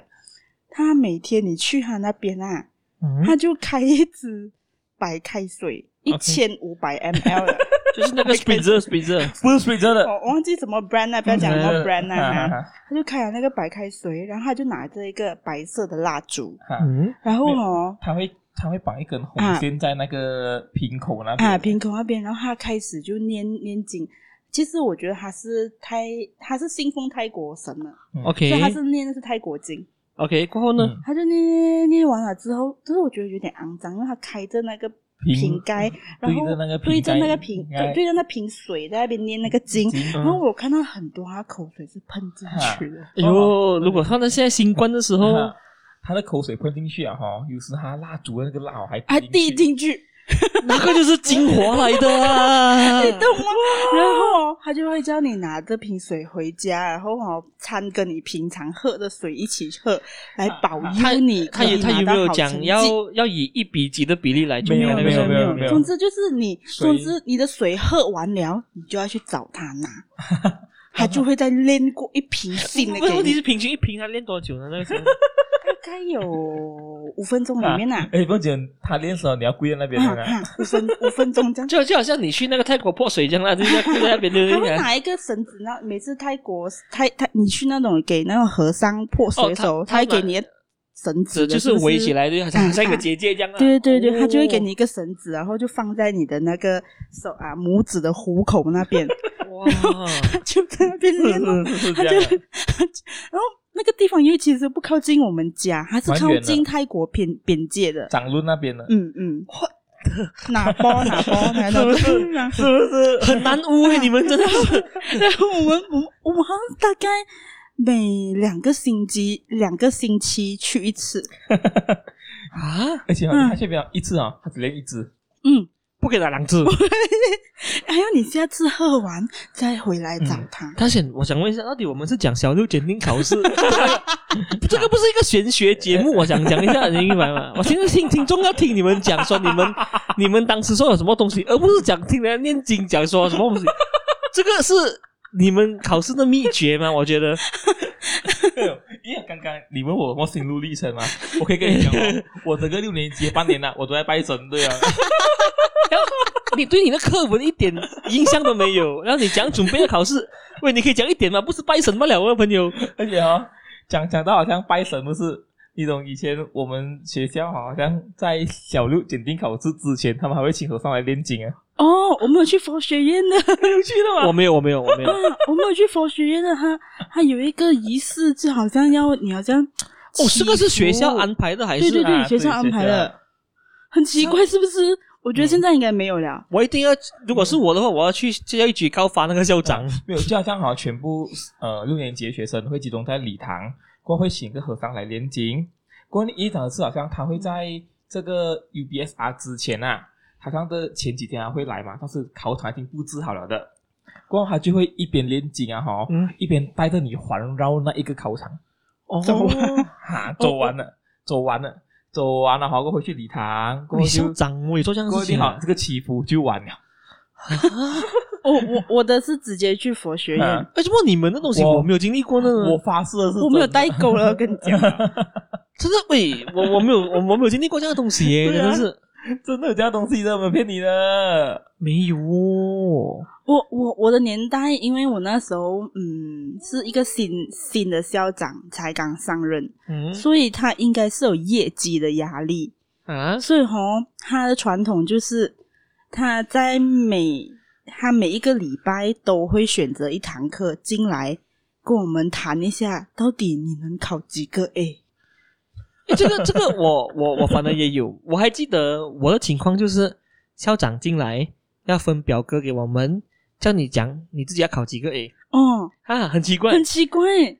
Speaker 2: 他每天你去他那边啊，
Speaker 3: 嗯
Speaker 2: 他就开一支白开水，一
Speaker 3: OK
Speaker 2: 千五百 ml 的，
Speaker 3: 就是那个 spritzer spritzer，
Speaker 1: 不是水真的，
Speaker 2: 哦我忘记什么 brand 啊，不要讲什么 brand 啊，哈
Speaker 1: 啊
Speaker 2: 他就开了那个白开水，然后他就拿着一个白色的蜡烛，
Speaker 1: 哈哈
Speaker 3: 嗯，
Speaker 2: 然后
Speaker 1: 没有
Speaker 2: 哦
Speaker 1: 他会他会绑一根红线在那个瓶口那边
Speaker 2: 啊瓶口那边，然后他开始就念念经。其实我觉得他是泰，他是信奉泰国神的，所以他
Speaker 3: OK
Speaker 2: 是念的是泰国经。
Speaker 3: OK，过后呢
Speaker 1: 嗯
Speaker 2: 他就念念念完了之后，就是我觉得有点肮脏，因为他开着那个瓶盖，然后
Speaker 1: 对着那个瓶盖
Speaker 2: 对着那个瓶，
Speaker 1: 应该
Speaker 2: 对对着那瓶水在那边念那个经，
Speaker 1: 经
Speaker 2: 然后我看到很多他口水是喷进去 的，
Speaker 3: 哎呦，如果放在现在新冠的时候，
Speaker 2: 哦
Speaker 1: 哈他的口水喷进去啊哈，有时他蜡烛的那个蜡哦还
Speaker 2: 还
Speaker 1: 滴
Speaker 2: 滴进去，
Speaker 3: 那个就是精华来的 啊
Speaker 2: 你懂吗？然后哦他就会叫你拿这瓶水回家，然后哦掺跟你平常喝的水一起喝，来保
Speaker 3: 他
Speaker 2: 佑你
Speaker 3: 他
Speaker 2: 可以
Speaker 3: 有他有
Speaker 2: 拿
Speaker 3: 没
Speaker 2: 到
Speaker 3: 有
Speaker 2: 好成
Speaker 3: 讲
Speaker 2: 绩。
Speaker 3: 要要以一比几的比例来决
Speaker 1: 没
Speaker 3: 定
Speaker 1: 有
Speaker 3: 那个
Speaker 1: 没有
Speaker 3: 事
Speaker 1: 没有没有
Speaker 2: 总之就是你，
Speaker 1: 水
Speaker 2: 总之你的水喝完了，你就要去找他拿。他就会再练过一瓶新的
Speaker 3: 不
Speaker 2: 给
Speaker 3: 是问题
Speaker 2: 你，
Speaker 3: 是平均一瓶他练多久呢？那个时候
Speaker 2: 大概有五分钟里面呐、啊。
Speaker 1: 哎，不要紧，他练手你要跪在那边
Speaker 2: 啊
Speaker 1: 的呢。
Speaker 2: 啊，五分五分钟这样，
Speaker 3: 就就好像你去那个泰国泼水这样啦，就在就在那边溜
Speaker 2: 他
Speaker 3: 溜
Speaker 2: 会
Speaker 3: 达。
Speaker 2: 拿一个绳子，然后每次泰国泰泰，你去那种给那种和尚破水的时候，
Speaker 3: 哦他
Speaker 2: 他会给你绳子
Speaker 3: 是
Speaker 2: 的，
Speaker 3: 就是
Speaker 2: 不
Speaker 3: 围起。来，就好像
Speaker 2: 啊
Speaker 3: 像一个结界这样啦。
Speaker 2: 对对对，
Speaker 3: 哦
Speaker 2: 他就会给你一个绳子，然后就放在你的那个手啊拇指的虎口那边，
Speaker 3: 哇，
Speaker 2: 他就在那边练
Speaker 3: 嗯
Speaker 2: 哦。
Speaker 1: 是
Speaker 2: 他
Speaker 1: 这
Speaker 2: 就
Speaker 1: 样啊的。
Speaker 2: 然后那个地方因为其实不靠近我们家，它是
Speaker 1: 蛮
Speaker 2: 靠
Speaker 1: 远的
Speaker 2: 近泰国边边 界的。
Speaker 1: 长路那边的，
Speaker 2: 嗯嗯，哪包哪包来的？ 然后
Speaker 3: 是不是很难污诶？你们真的 是
Speaker 2: 然后我们我们我们好像大概每两个星期两个星期去一次，
Speaker 3: 啊，
Speaker 1: 而且
Speaker 2: 嗯
Speaker 1: 啊他这边啊一次 啊，他只练一只。
Speaker 2: 嗯，
Speaker 3: 不给他两次。
Speaker 2: 还有你下次喝完再回来找他。
Speaker 3: 但是我想问一下，到底我们是讲小六检定考 试，这个不是一个玄学节目，我想讲一下，你明白吗？我现在听听众要听你们讲说你们 你们当时说有什么东西，而不是讲听人家念经讲说什么东西，这个是你们考试的秘诀吗？我觉得
Speaker 1: 哎呦因为刚刚你问我我心路历程嘛，我可以跟你讲哦， 我整个六年级半年了，我都在拜神对啊。
Speaker 3: 你 对你的课文一点印象都没有， 然后你讲准备的考试，喂，你可以讲一点吗？不是拜神不了，我啊的朋友。
Speaker 1: 而且哦，讲讲到好像拜神不是，你懂以前我们学校好像在小六检定考试之前，他们还会请和尚来念经啊。
Speaker 2: 哦，我们有去佛学院的，
Speaker 1: 有去了
Speaker 3: 我？没有，我没有，我没 有。
Speaker 2: 我们有去佛学院的，他他有一个仪式，就好像要你好像
Speaker 3: 哦，这个是学校安排的还是？
Speaker 2: 对对对，
Speaker 1: 啊
Speaker 2: 学校
Speaker 1: 对
Speaker 2: 安排
Speaker 1: 学校
Speaker 2: 的，很奇怪，是不是？我觉得现在应该没有了。
Speaker 3: 我一定要，如果是我的话，我要去教育局告发那个校长。
Speaker 1: 没有，就好像好像全部呃六年级的学生会集中在礼堂，过后会请一个和尚来念经。过后一场是好像他会在这个 UBSR 之前啊，好像的前几天啊会来嘛，但是考场已经布置好了的。过后他就会一边念经啊哈，
Speaker 3: 嗯
Speaker 1: 一边带着你环绕那一个考场。
Speaker 3: 哦
Speaker 1: 走哈，走完了，走完了，走完了，好，过后回去礼堂，过
Speaker 3: 你
Speaker 1: 后
Speaker 3: 校
Speaker 1: 就
Speaker 3: 长我也做这样
Speaker 1: 过
Speaker 3: 的
Speaker 1: 后
Speaker 3: 事
Speaker 1: 你
Speaker 3: 情
Speaker 1: 好
Speaker 3: 啊，
Speaker 1: 这个祈福就完了。
Speaker 2: 我哦我我的是直接去佛学院，
Speaker 1: 啊
Speaker 3: 为哎什么你们的东西
Speaker 1: 我
Speaker 3: 我没有经历过呢？
Speaker 1: 我发誓的是真的，
Speaker 2: 我没有代沟了，跟你讲。
Speaker 3: 真的喂，我我没有我我没有经历过这样的东西 耶，
Speaker 1: 对
Speaker 3: 真
Speaker 1: 啊
Speaker 3: 的是
Speaker 1: 真的有这样东西的，我没有骗你的。
Speaker 3: 没有哦。
Speaker 2: 我我我的年代，因为我那时候嗯是一个新新的校长才刚上任，
Speaker 3: 嗯
Speaker 2: 所以他应该是有业绩的压力，
Speaker 3: 啊，
Speaker 2: 所以吼、他的传统就是他在每他每一个礼拜都会选择一堂课进来跟我们谈一下，到底你能考几个 A？
Speaker 3: 诶 这个这个我我我反正也有，我还记得我的情况就是校长进来要分表格给我们，叫你讲你自己要考几个 A
Speaker 2: 哦，
Speaker 3: 啊，很奇怪，
Speaker 2: 很奇 怪，
Speaker 3: 嗯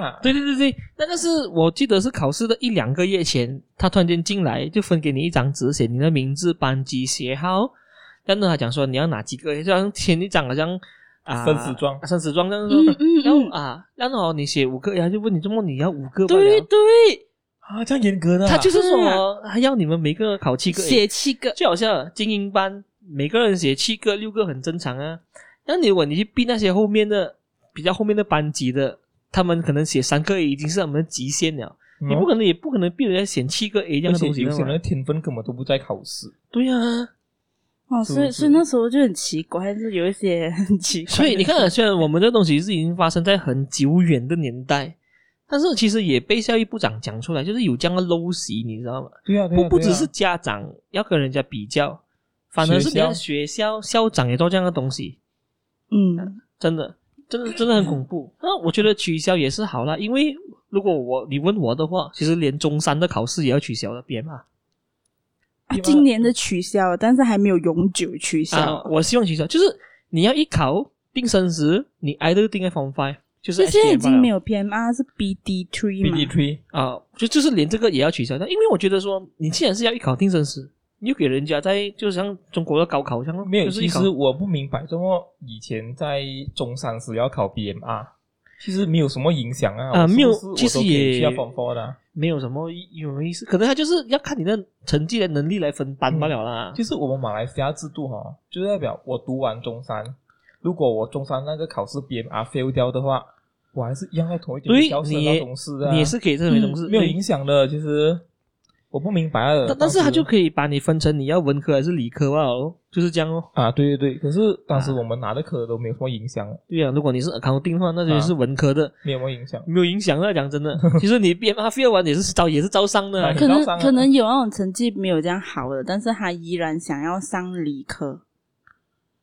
Speaker 1: 哈，
Speaker 3: 对对对对，那个是我记得是考试的一两个月前，他突然间进来就分给你一张纸，写你的名字、班级、学号，然后他讲说你要哪几个，就好像签一张好像啊
Speaker 1: 生死状
Speaker 3: 啊生死状这样
Speaker 2: 嗯
Speaker 3: 说，
Speaker 2: 嗯
Speaker 3: 然后
Speaker 2: 嗯，
Speaker 3: 啊，然后哦你写五个，然后就问你怎么你要五个罢
Speaker 2: 对
Speaker 3: 了，
Speaker 2: 对，
Speaker 1: 啊，这样严格的啊、
Speaker 3: 他就是
Speaker 2: 对啊
Speaker 3: 说他要你们每个考七个 A，
Speaker 2: 写七个，
Speaker 3: 就好像精英班每个人写七个六个很正常啊。那你如果你去逼那些后面的比较后面的班级的，他们可能写三个 A 已经是他们的极限了。
Speaker 1: 嗯
Speaker 3: 你不可能也不可能逼人家选七个 A 这
Speaker 1: 而
Speaker 3: 样的
Speaker 1: 且
Speaker 3: 东西
Speaker 1: 有
Speaker 3: 的
Speaker 1: 些人
Speaker 3: 嘛
Speaker 1: 的天分根本都不在考试，
Speaker 3: 对啊，
Speaker 2: 哦，
Speaker 1: 是
Speaker 2: 所以
Speaker 1: 是
Speaker 2: 所以那时候就很奇怪，就是有一些很奇怪。
Speaker 3: 所以你，看，啊虽然我们这东西是已经发生在很久远的年代，但是其实也被教育部长讲出来，就是有这样的陋习，你知道吗？
Speaker 1: 对啊，对啊，
Speaker 3: 不不
Speaker 1: 对啊
Speaker 3: 只是家长要跟人家比较，反而是
Speaker 1: 学
Speaker 3: 你
Speaker 1: 校
Speaker 3: 看学校校长也做这样的东西，
Speaker 2: 嗯，
Speaker 3: 真的，真的真的很恐怖。那我觉得取消也是好啦，因为如果我你问我的话，其实连中三的考试也要取消了，别嘛。
Speaker 1: 因
Speaker 2: 啊
Speaker 1: 为
Speaker 2: 今年的取消，但是还没有永久取消
Speaker 3: 啊，。我希望取消，就是你要一考定生死，你挨都定在 Form Five，就是
Speaker 2: 这现在已
Speaker 3: STM 罢
Speaker 2: 经
Speaker 3: 了
Speaker 2: 没有 PMR 是 BD three 嘛
Speaker 1: BD？t
Speaker 3: 啊，就就是连这个也要取消掉，因为我觉得说，你既然是要一考定生死，你就给人家在就是像中国的高考一样咯，
Speaker 1: 没有。
Speaker 3: 就是
Speaker 1: 其
Speaker 3: 一考
Speaker 1: 实我不明白，怎么以前在中山时要考 BMR，其实没有什么影响啊。
Speaker 3: 啊
Speaker 1: 我是不
Speaker 3: 没有
Speaker 1: 是我
Speaker 3: 其实
Speaker 1: 都可以
Speaker 3: 也
Speaker 1: 去到 Form Four 的啊、
Speaker 3: 没有什么有意思，可能他就是要看你的成绩的能
Speaker 1: 嗯
Speaker 3: 力来分班罢了啦。
Speaker 1: 就是我们马来西亚制度哈、就代表我读完中山，如果我中山那个考试 BMR fail 掉的话，我还是一样在同一点
Speaker 3: 对
Speaker 1: 小小
Speaker 3: 你
Speaker 1: 的
Speaker 3: 也
Speaker 1: 同事啊，
Speaker 3: 你也是可以认为
Speaker 2: 嗯
Speaker 3: 同事
Speaker 1: 没有
Speaker 3: 对
Speaker 1: 影响的。其实我不明白了，
Speaker 3: 但但是
Speaker 1: 当时
Speaker 3: 他就可以把你分成你要文科还是理科啊，哦，就是这样哦。
Speaker 1: 啊，对对对，可是当时
Speaker 3: 啊
Speaker 1: 我们拿的科都没有什么影响，
Speaker 3: 对呀、如果你是 accounting 的话，那
Speaker 1: 啊
Speaker 3: 就是文科的，
Speaker 1: 没有什么影响。
Speaker 3: 没有影响的。讲 真的，其实你 BMR fail 完也是招也是招商的、啊
Speaker 1: 哎，
Speaker 2: 可
Speaker 1: 很
Speaker 2: 能
Speaker 1: 高尚啊
Speaker 2: 可能有那种成绩没有这样好的，但是他依然想要上理科。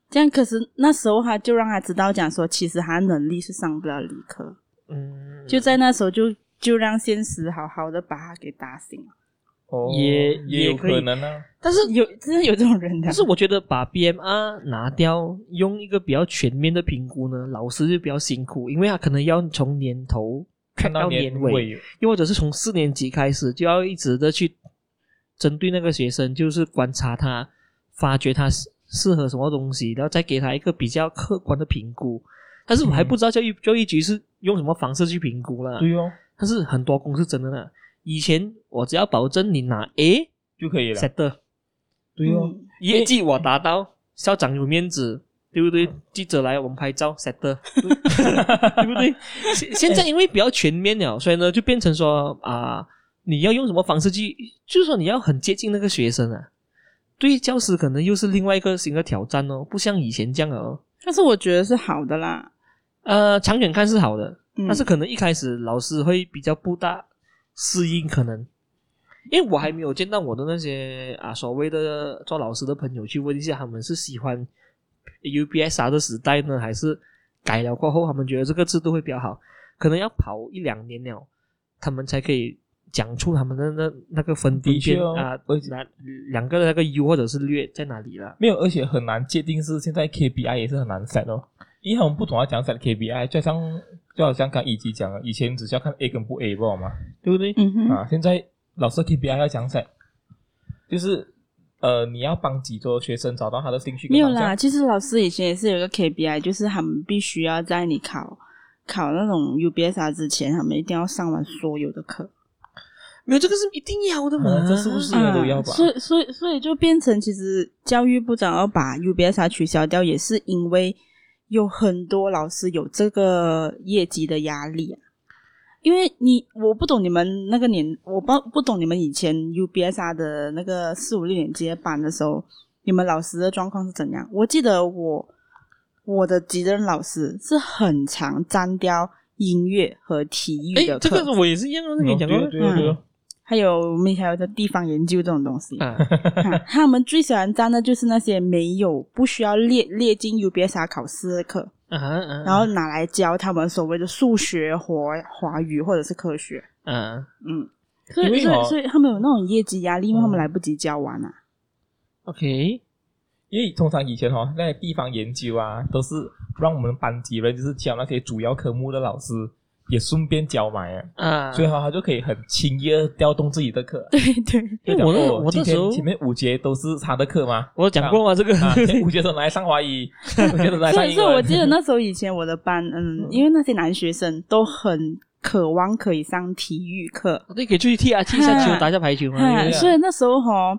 Speaker 2: 这样，可是那时候他就让他知道，讲说其实他能力是上不了理科，
Speaker 3: 嗯，
Speaker 2: 就在那时候就就让现实好好的把他给打醒了。
Speaker 1: 哦，
Speaker 3: 也
Speaker 1: 也有
Speaker 3: 也可以
Speaker 1: 可能啊。
Speaker 3: 但是
Speaker 2: 有真的有这种人的，
Speaker 3: 但是我觉得把 BMR 拿掉，用一个比较全面的评估呢，老师就比较辛苦，因为他可能要从年头看
Speaker 1: 看
Speaker 3: 到
Speaker 1: 年
Speaker 3: 年尾，，又或者是从四年级开始就要一直的去针对那个学生，就是观察他，发掘他适适合什么东西，然后再给他一个比较客观的评估。但是我还
Speaker 1: 嗯
Speaker 3: 不知道教育、教育局是用什么方式去评估啦。嗯
Speaker 1: 对哦，
Speaker 3: 但是很多公司真的呢，以前我只要保证你拿 A
Speaker 1: 就可以了。
Speaker 3: set
Speaker 1: 对哦，
Speaker 2: 嗯
Speaker 3: 业绩我达到，校长有面子，对不对？记者来我们拍照 set 对不对？现现在因为比较全面了，所以呢，就变成说啊、你要用什么方式去，就是说你要很接近那个学生啊。对于教师可能又是另外一个新的挑战哦，不像以前这样了哦。
Speaker 2: 但是我觉得是好的啦。
Speaker 3: 呃，长远看是好的，
Speaker 2: 嗯、
Speaker 3: 但是可能一开始老师会比较不大适应，可能因为我还没有见到我的那些啊所谓的做老师的朋友去问一下，他们是喜欢 UBSR 啊的时代呢，还是改了过后他们觉得这个制度会比较好？可能要跑一两年了，他们才可以讲出他们的那那个分
Speaker 1: 的
Speaker 3: 别
Speaker 1: 确
Speaker 3: 间
Speaker 1: 哦
Speaker 3: 啊
Speaker 1: 而，且
Speaker 3: 哪两个的那个优或者是劣在哪里了？
Speaker 1: 没有，而且很难界定是现在 KPI 也是很难 set 哦，因为我们不懂要讲 set KPI，就像就好像刚一级讲了，以前只需要看 A 跟不 A 不好吗？
Speaker 3: 对不对？
Speaker 2: 嗯哼，
Speaker 1: 啊，现在老师 KPI 要讲 set，就是呃你要帮几多学生找到他的兴趣
Speaker 2: 没
Speaker 1: 跟
Speaker 2: 有
Speaker 1: 方
Speaker 2: 啦，
Speaker 1: 向。
Speaker 2: 其实老师以前也是有一个 KPI，就是他们必须要在你考考那种 UBSR 之前，他们一定要上完所有的课。
Speaker 3: 没有这个是一定要的嘛？
Speaker 1: 啊这是不是这个都要吧
Speaker 2: 啊所以，所以，所以就变成，其实教育部长要把 UBSR 啊取消掉，也是因为有很多老师有这个业绩的压力、啊。因为你，我不懂你们那个年，我不不懂你们以前 UBSR 啊的那个四五六年级的班的时候，你们老师的状况是怎样？我记得我我的级任老师是很常占掉音乐和体育
Speaker 3: 哎
Speaker 2: 的，课，
Speaker 3: 这个我也是一样的，跟你讲过
Speaker 1: 嗯对哦对哦对哦
Speaker 2: 还有我们还有在地方研究这种东
Speaker 1: 嗯
Speaker 2: 西。
Speaker 3: 啊。
Speaker 2: 哈 他们最喜欢占的就是那些没有不需要列列进 UBSR 考试的课，
Speaker 3: 啊
Speaker 1: 嗯
Speaker 3: 啊！
Speaker 2: 然后拿来教他们所谓的数学、华华语或者是科学。
Speaker 3: 啊，
Speaker 2: 嗯，所
Speaker 1: 因
Speaker 2: 以
Speaker 1: 为
Speaker 2: 所
Speaker 1: 哦
Speaker 2: 以所以他们有那种业绩压力，因为他
Speaker 1: 嗯
Speaker 2: 们来不及教完 啊。
Speaker 3: OK，
Speaker 1: 因为通常以前哦，那些地方研究啊，都是让我们班级人就是教那些主要科目的老师也顺便教嘛，哎
Speaker 3: 啊，
Speaker 1: 所以哈他就可以很轻易地调动自己的课。
Speaker 2: 对对，
Speaker 3: 因为我那
Speaker 1: 就讲哦
Speaker 3: 我
Speaker 1: 今
Speaker 3: 那时
Speaker 1: 天
Speaker 3: 候
Speaker 1: 前面五节都是他的课 嘛，
Speaker 3: 我有讲过吗？这个
Speaker 1: 啊，前五节都拿来上华语，五节都拿来
Speaker 2: 所
Speaker 1: 上
Speaker 2: 以
Speaker 1: 英
Speaker 2: 所以
Speaker 1: 文。
Speaker 2: 我记得那时候以前我的班，嗯，因为那些男学生都很渴望可以上体育课，
Speaker 3: 我对，可以出去踢啊，踢一下球，
Speaker 2: 哈
Speaker 3: 打一下排球嘛。
Speaker 2: 哎
Speaker 1: 对啊
Speaker 2: 所以那时候哈，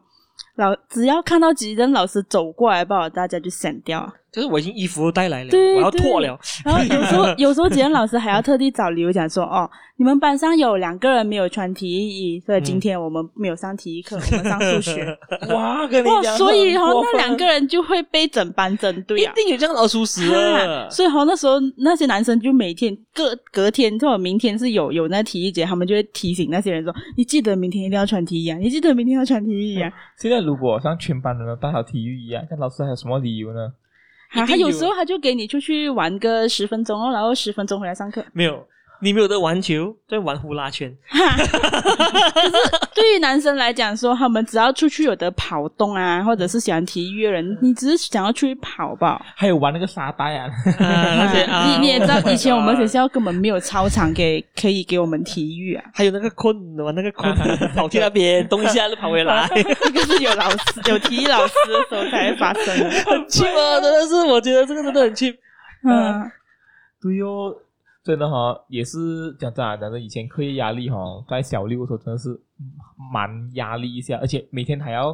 Speaker 2: 老只要看到几任老师走过来，把大家就闪掉。
Speaker 3: 就是我已经衣服都带来了，
Speaker 2: 对
Speaker 3: 我要
Speaker 2: 对
Speaker 3: 脱了。
Speaker 2: 然后有时候有时候杰恩老师还要特地找理由讲说，哦，你们班上有两个人没有穿体育衣，所以今天我们没有上体育课，我们上数 学。
Speaker 1: 哇，跟你
Speaker 2: 哇
Speaker 1: 讲，，
Speaker 2: 所以
Speaker 1: 很
Speaker 2: 哦
Speaker 1: 过，
Speaker 2: 那
Speaker 1: 分
Speaker 2: 两个人就会被整班针对
Speaker 3: 一
Speaker 2: 啊。
Speaker 3: 定有这样老鼠屎
Speaker 2: 啊
Speaker 3: 的，
Speaker 2: 所以 哈，那时候那些男生就每天隔隔天或者明天是有有那体育节，他们就会提醒那些人说：“你记得明天一定要穿体育啊，你记得明天要穿体育啊。
Speaker 1: 现在如果像全班人都带好体育衣啊，那老师还有什么理由呢？
Speaker 2: 啊”他
Speaker 3: 一定
Speaker 2: 有
Speaker 3: 有
Speaker 2: 时候他就给你出去玩个十分钟哦，然后十分钟回来上课。
Speaker 3: 没有，你没有得玩球，在玩呼啦 圈。
Speaker 2: 对于男生来讲说，他们只要出去有的跑动啊，或者是喜欢体育的人，你只是想要出去跑吧。
Speaker 1: 还有玩那个沙袋啊，
Speaker 3: 啊 而且啊，
Speaker 2: 你你也知
Speaker 3: Oh
Speaker 2: 道，
Speaker 3: my
Speaker 2: 以前我们
Speaker 3: God
Speaker 2: 学校根本没有操场给可以给我们体育啊，
Speaker 3: 还有那个困，玩那个困，跑去那边动一下就跑回 来，
Speaker 2: 这个是有老师有体育老师的时候才会发生的。
Speaker 3: 很 cheap 啊！真的是，我觉得这个真的很 cheap。
Speaker 2: 嗯，
Speaker 1: 对哦，真的哈、也是讲真啊，讲真，以前课业压力哈、在小六的时候真的是蛮压力一下，而且每天还要，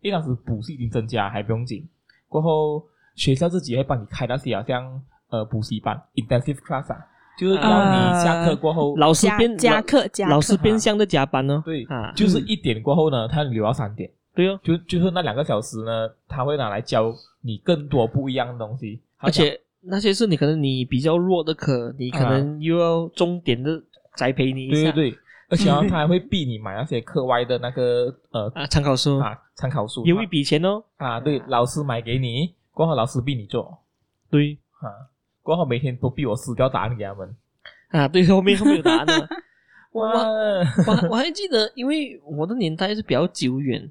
Speaker 1: 因为当时补习已经增加，还不用紧。过后学校自己会帮你开那些好像呃补习班 intensive class 啊，就是让你下课过后，
Speaker 3: 啊老师
Speaker 2: 加
Speaker 3: 变
Speaker 2: 加
Speaker 3: 老
Speaker 2: 课加
Speaker 3: 老师
Speaker 2: 课
Speaker 3: 变相的加班哦。
Speaker 1: 对
Speaker 3: 啊，
Speaker 1: 就是一点过后呢，他留到三点，
Speaker 3: 对哦，
Speaker 1: 就就是那两个小时呢，他会拿来教你更多不一样的东西，他
Speaker 3: 而
Speaker 1: 讲
Speaker 3: 且那些是你可能你比较弱的科，你可能又要重点的栽培你一
Speaker 1: 对
Speaker 3: 下
Speaker 1: 对对，而且啊，他还会逼你买那些课外的那个呃
Speaker 3: 啊，参考书
Speaker 1: 啊参考书，
Speaker 3: 有一笔钱哦。
Speaker 1: 啊，对，老师买给你，过后老师逼你做
Speaker 3: 对
Speaker 1: 啊，过后每天都逼我撕掉答案给他们，
Speaker 3: 啊，对，后面后面有答案了。我
Speaker 1: 哇，
Speaker 3: 我我还我还记得，因为我的年代是比较久远，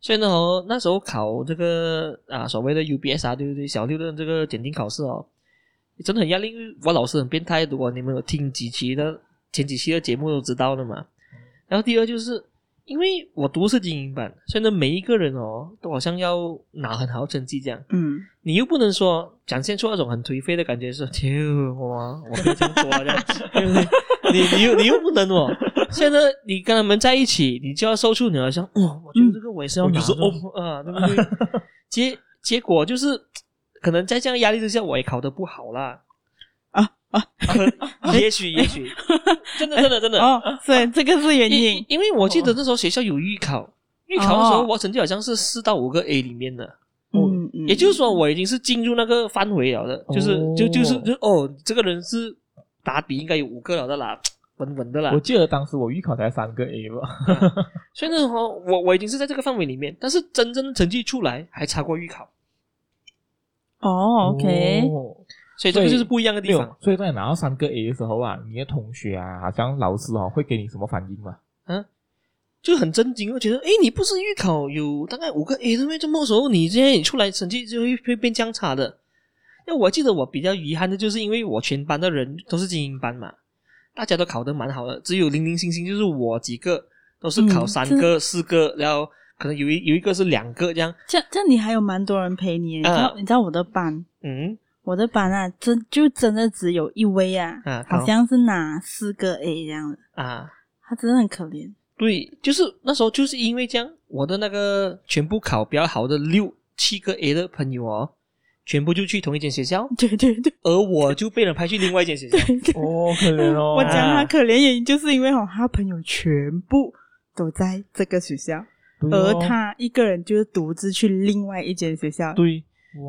Speaker 3: 所以呢、哦，那时候考这个啊所谓的 UBS 啊，对不对？小六的这个检定考试哦，真的很压力，因为我老师很变态。如果你们有听几期的前几期的节目都知道的嘛。然后第二就是因为我读的是精英班，所以呢，每一个人哦都好像要拿很好成绩这样。
Speaker 2: 嗯，
Speaker 3: 你又不能说展现出那种很颓废的感 觉，说天我我可以这样做啊，这样对不对？ 你你又你又不能哦。现在你跟他们在一起，你就要收出你好像，哦，我觉得这个我也是要
Speaker 1: 我就
Speaker 3: 拿
Speaker 1: 是哦
Speaker 3: 的 啊，对不对？结结果就是，可能在这样压力之下，我也考得不好啦。
Speaker 2: 啊
Speaker 3: 啊！ 也许也许，真的真的真的，
Speaker 2: 哦，所以这个是原
Speaker 3: 因
Speaker 2: 因
Speaker 3: 因。因为我记得那时候学校有预考，预考的时候
Speaker 2: 哦
Speaker 3: 我成绩好像是四到五个 A 里面的。
Speaker 2: 嗯嗯，
Speaker 3: 哦也就是说，我已经是进入那个范围了的，就是
Speaker 1: 哦
Speaker 3: 就就是就哦，这个人是打底应该有五个了的啦， 稳稳的啦
Speaker 1: 我。记得当时我预考才三个 A 吧，
Speaker 3: 所以那时候我我已经是在这个范围里面，但是真正的成绩出来还差过预考，
Speaker 2: 哦，OK，
Speaker 1: 哦
Speaker 3: 所以这个
Speaker 1: 对
Speaker 3: 就是不一样的
Speaker 1: 没
Speaker 3: 地
Speaker 1: 有
Speaker 3: 方。，
Speaker 1: 所以在拿到三个 A 的时候啊，你的同学啊，好像老师哦，会给你什么反应吗？
Speaker 3: 就很震惊，我觉得诶，你不是预考有大概五个 A 的咩？这么时候你现在你出来成绩就会会变这样差的。那我记得我比较遗憾的就是，因为我全班的人都是精英班嘛，大家都考得蛮好的，只有零零星星就是我几个都是考
Speaker 2: 嗯
Speaker 3: 三
Speaker 2: 真的
Speaker 3: 个、四个，然后可能有一有一个是两个这样。
Speaker 2: 这样这样你还有蛮多人陪你，你知道、
Speaker 3: 啊
Speaker 2: 你知道我的班，
Speaker 3: 嗯
Speaker 2: 我的班啊，真就真的只有一位啊，
Speaker 3: 啊
Speaker 2: 好
Speaker 3: 好
Speaker 2: 像是拿四个 A 这样的，
Speaker 3: 啊，
Speaker 2: 他真的很可怜。
Speaker 3: 对，就是那时候就是因为这样，我的那个全部考比较好的六七个 A 的朋友哦，全部就去同一间学校，
Speaker 2: 对对对
Speaker 3: 而我就被人派去另外一间学校。
Speaker 2: 对对，
Speaker 1: 哦，可怜哦
Speaker 2: 我讲
Speaker 3: 啊
Speaker 2: 他可怜原因就是因为哦，他朋友全部都在这个学校，
Speaker 3: 哦
Speaker 2: 而
Speaker 1: 哦
Speaker 2: 他一个人就是独自去另外一间学校。
Speaker 3: 对，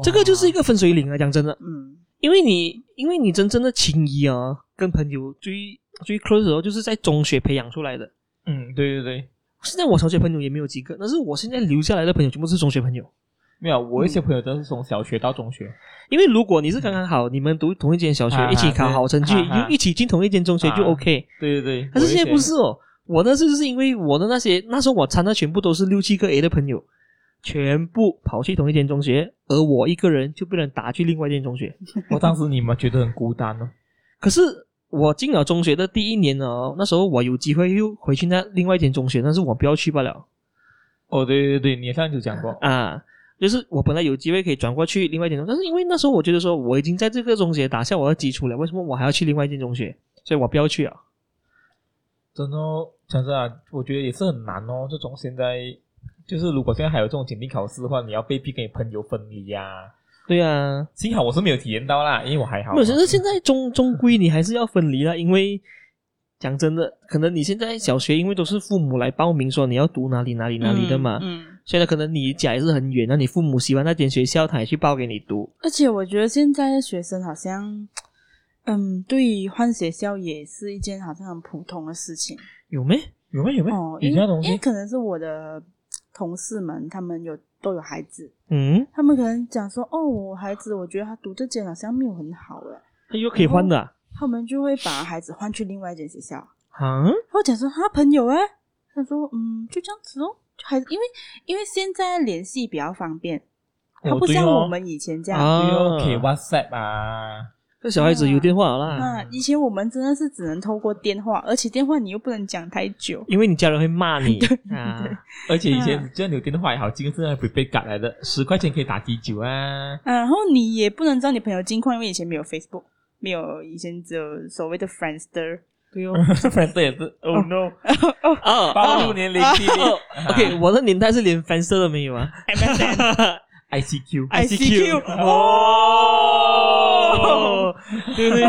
Speaker 3: 这个就是一个分水岭啊！讲真的，
Speaker 2: 嗯，
Speaker 3: 因为你因为你真正的情谊啊，跟朋友最最 close 的时候，就是在中学培养出来的。
Speaker 1: 嗯，对对对，
Speaker 3: 现在我小学朋友也没有几个，但是我现在留下来的朋友全部是中学朋友。
Speaker 1: 没有，我一些朋友都是从小学到中学，
Speaker 3: 因为如果你是刚刚好，你们读同一间小学，
Speaker 1: 啊
Speaker 3: 一起考好成绩，
Speaker 1: 对啊啊
Speaker 3: 又一起进同一间中学就
Speaker 1: 啊
Speaker 3: OK。
Speaker 1: 对对对。
Speaker 3: 但是
Speaker 1: 我一些
Speaker 3: 现在不是哦，我那次就是因为我的那些那时候我参的全部都是六七个 A 的朋友，全部跑去同一间中学，而我一个人就被人打去另外一间中学。
Speaker 1: 我当时你们觉得很孤单哦，
Speaker 3: 可是我进了中学的第一年哦，那时候我有机会又回去那另外一间中学，但是我不要去罢了
Speaker 1: 哦，对对对，你上次讲过，
Speaker 3: 啊。就是我本来有机会可以转过去另外一间中学，但是因为那时候我觉得说我已经在这个中学打下我的基础了，为什么我还要去另外一间中学？所以我不要去啊。
Speaker 1: 真的哦，讲真啊，我觉得也是很难哦，这种现在。就是如果现在还有这种检定考试的话，你要被逼跟你朋友分离呀、
Speaker 3: 对啊，
Speaker 1: 幸好我是没有体验到哦啦，因为我还好。
Speaker 3: 没有，但是现在终终归你还是要分离了，因为讲真的，可能你现在小学因为都是父母来报名说你要读哪里哪里哪里的嘛，
Speaker 2: 嗯。嗯
Speaker 3: 所以呢，可能你家也是很远，那你父母喜欢那间学校，他也去报给你读，
Speaker 2: 而且我觉得现在的学生好像，嗯，对于换学校也是一件好像很普通的事情
Speaker 3: 有没？
Speaker 1: 有没有有没有？
Speaker 2: 哦，
Speaker 1: 有
Speaker 2: 因
Speaker 1: 这样东
Speaker 2: 为
Speaker 1: 西
Speaker 2: 因为可能是我的同事们，他们有都有孩子，
Speaker 3: 嗯，
Speaker 2: 他们可能讲说，哦，我孩子，我觉得他读这间好像没有很好哎，
Speaker 3: 那又可以换的啊？
Speaker 2: 他们就会把孩子换去另外一间学校。
Speaker 3: 啊
Speaker 2: 然后讲说他朋友哎，他说嗯，就这样子哦，就还因为因为现在联系比较方便，他
Speaker 1: 哦
Speaker 2: 不
Speaker 1: 对
Speaker 2: 像
Speaker 1: 哦
Speaker 2: 我们以前这样。
Speaker 1: 对
Speaker 3: 啊
Speaker 1: 哦，可以 WhatsApp 啊，
Speaker 3: 这小孩子有电话了啦，
Speaker 2: 啊，以前我们真的是只能透过电话，而且电话你又不能讲太久。
Speaker 3: 因为你家人会骂你
Speaker 2: 对
Speaker 3: 啊。
Speaker 1: 而且以 前这样留电话也好，今天是还不被赶来的，十块钱可以打几酒啊。
Speaker 2: 啊，然后你也不能知道你朋友近况，因为以前没有 Facebook，没有以前只有所谓的 Friendster。
Speaker 3: 对哦，
Speaker 1: 反正也是，Oh no，
Speaker 3: 哦
Speaker 1: 暴露
Speaker 3: 哦
Speaker 1: 年龄
Speaker 2: 啊
Speaker 1: 弟弟
Speaker 3: 哦 OK，我的年代是连翻色都没有啊。
Speaker 1: ICQ，
Speaker 3: ICQ
Speaker 1: 哦
Speaker 3: 哦，对不对？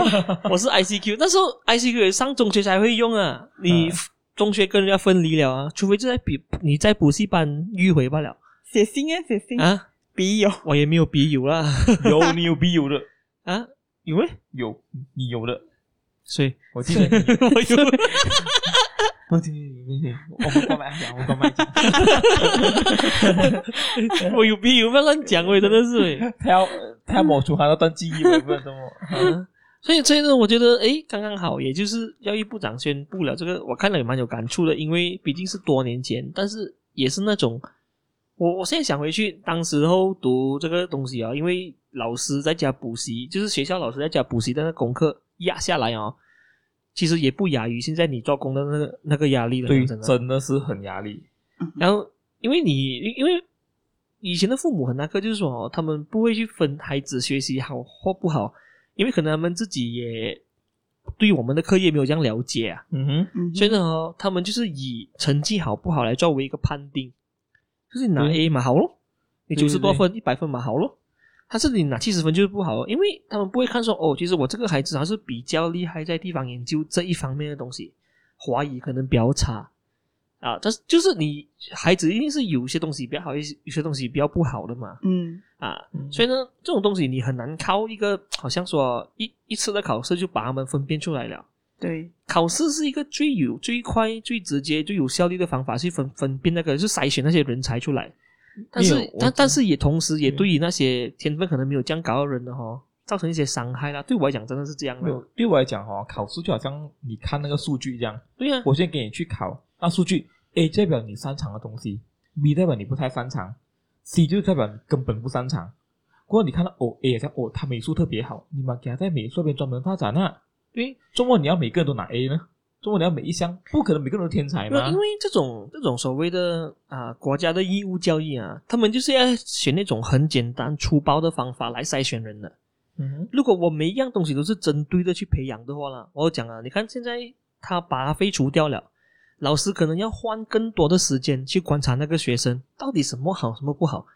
Speaker 3: 我是 ICQ，那时候 ICQ 也上中学才会用啊，你
Speaker 1: 嗯
Speaker 3: 中学跟人家分离了啊，除非就在比你在补习班迂回罢了
Speaker 2: 写信啊，写信，
Speaker 3: 啊。
Speaker 2: 笔友
Speaker 3: 我也没有笔友啦
Speaker 1: 有你有必有的，
Speaker 3: 啊，有没？
Speaker 1: 有你有的，
Speaker 3: 谁？
Speaker 1: 我记得你有，
Speaker 3: 我有，
Speaker 1: 我记得你有，我们关麦讲，我关麦讲，
Speaker 3: 我有笔友，不要乱讲，我真的是。
Speaker 1: 他要他要抹除他那段记忆，我不知道怎 么。
Speaker 3: 嗯，所以所以呢，我觉得诶，刚刚好，也就是要一部长宣布了这个，我看了也蛮有感触的，因为毕竟是多年前，但是也是那种，我我现在想回去，当时候读这个东西啊，因为老师在家补习，就是学校老师在家补习的那功课压下来哦，其实也不亚于现在你做工的那个那个压力了，
Speaker 1: 对，
Speaker 3: 真的。
Speaker 1: 真的是很压力。
Speaker 3: 然后因为你因为以前的父母很那个，就是说哦他们不会去分孩子学习好或不好，因为可能他们自己也对我们的课业没有这样了解啊，
Speaker 1: 嗯哼，
Speaker 2: 嗯哼
Speaker 3: 所以呢、哦他们就是以成绩好不好来作为一个判定，就是你拿
Speaker 1: 对
Speaker 3: A 嘛好咯，你
Speaker 1: 嗯对
Speaker 3: 九
Speaker 1: 对
Speaker 3: 十多分、一百分嘛好咯。但是你拿七十分就是不好哦，因为他们不会看说哦，其实我这个孩子还是比较厉害，在地方研究这一方面的东西，华语可能比较差啊。但是就是你孩子一定是有些东西比较好，有些有些东西比较不好的嘛
Speaker 2: 嗯
Speaker 3: 啊。
Speaker 1: 嗯
Speaker 3: 所以呢，这种东西你很难靠一个好像说一一次的考试就把他们分辨出来了。
Speaker 2: 对
Speaker 3: 考试是一个最有、最快、最直接、最有效率的方法去分分辨那个，就是筛选那些人才出来。但
Speaker 1: 没有
Speaker 3: 是
Speaker 1: 我，
Speaker 3: 但
Speaker 1: 觉
Speaker 3: 但是也同时也
Speaker 1: 对
Speaker 3: 对于那些天分可能没有这样高的人的哈，造成一些伤害啦。对我来讲，真的是这样
Speaker 1: 没有
Speaker 3: 的。
Speaker 1: 对我来讲哦，考试就好像你看那个数据一样，
Speaker 3: 对啊呀、
Speaker 1: 我先给你去考，那数据 A 代表你擅长的东西，B 代表你不太擅长，C 就代表你根本不擅长。过后你看到哦，A 也像哦，他美术特别好，你们给他在美术那边专门发展啊。
Speaker 3: 对，
Speaker 1: 周末你要每个人都拿 A 呢？周末你要每一项，不可能每个人都天才
Speaker 3: 没有
Speaker 1: 嘛
Speaker 3: 因？为这种这种所谓的啊、国家的义务教育啊，他们就是要选那种很简单粗暴的方法来筛选人的。
Speaker 1: 嗯哼，
Speaker 3: 如果我每一样东西都是针对的去培养的话啦，我讲啊，你看现在他把它废除掉了，老师可能要换更多的时间去观察那个学生到底什么好，什么不好。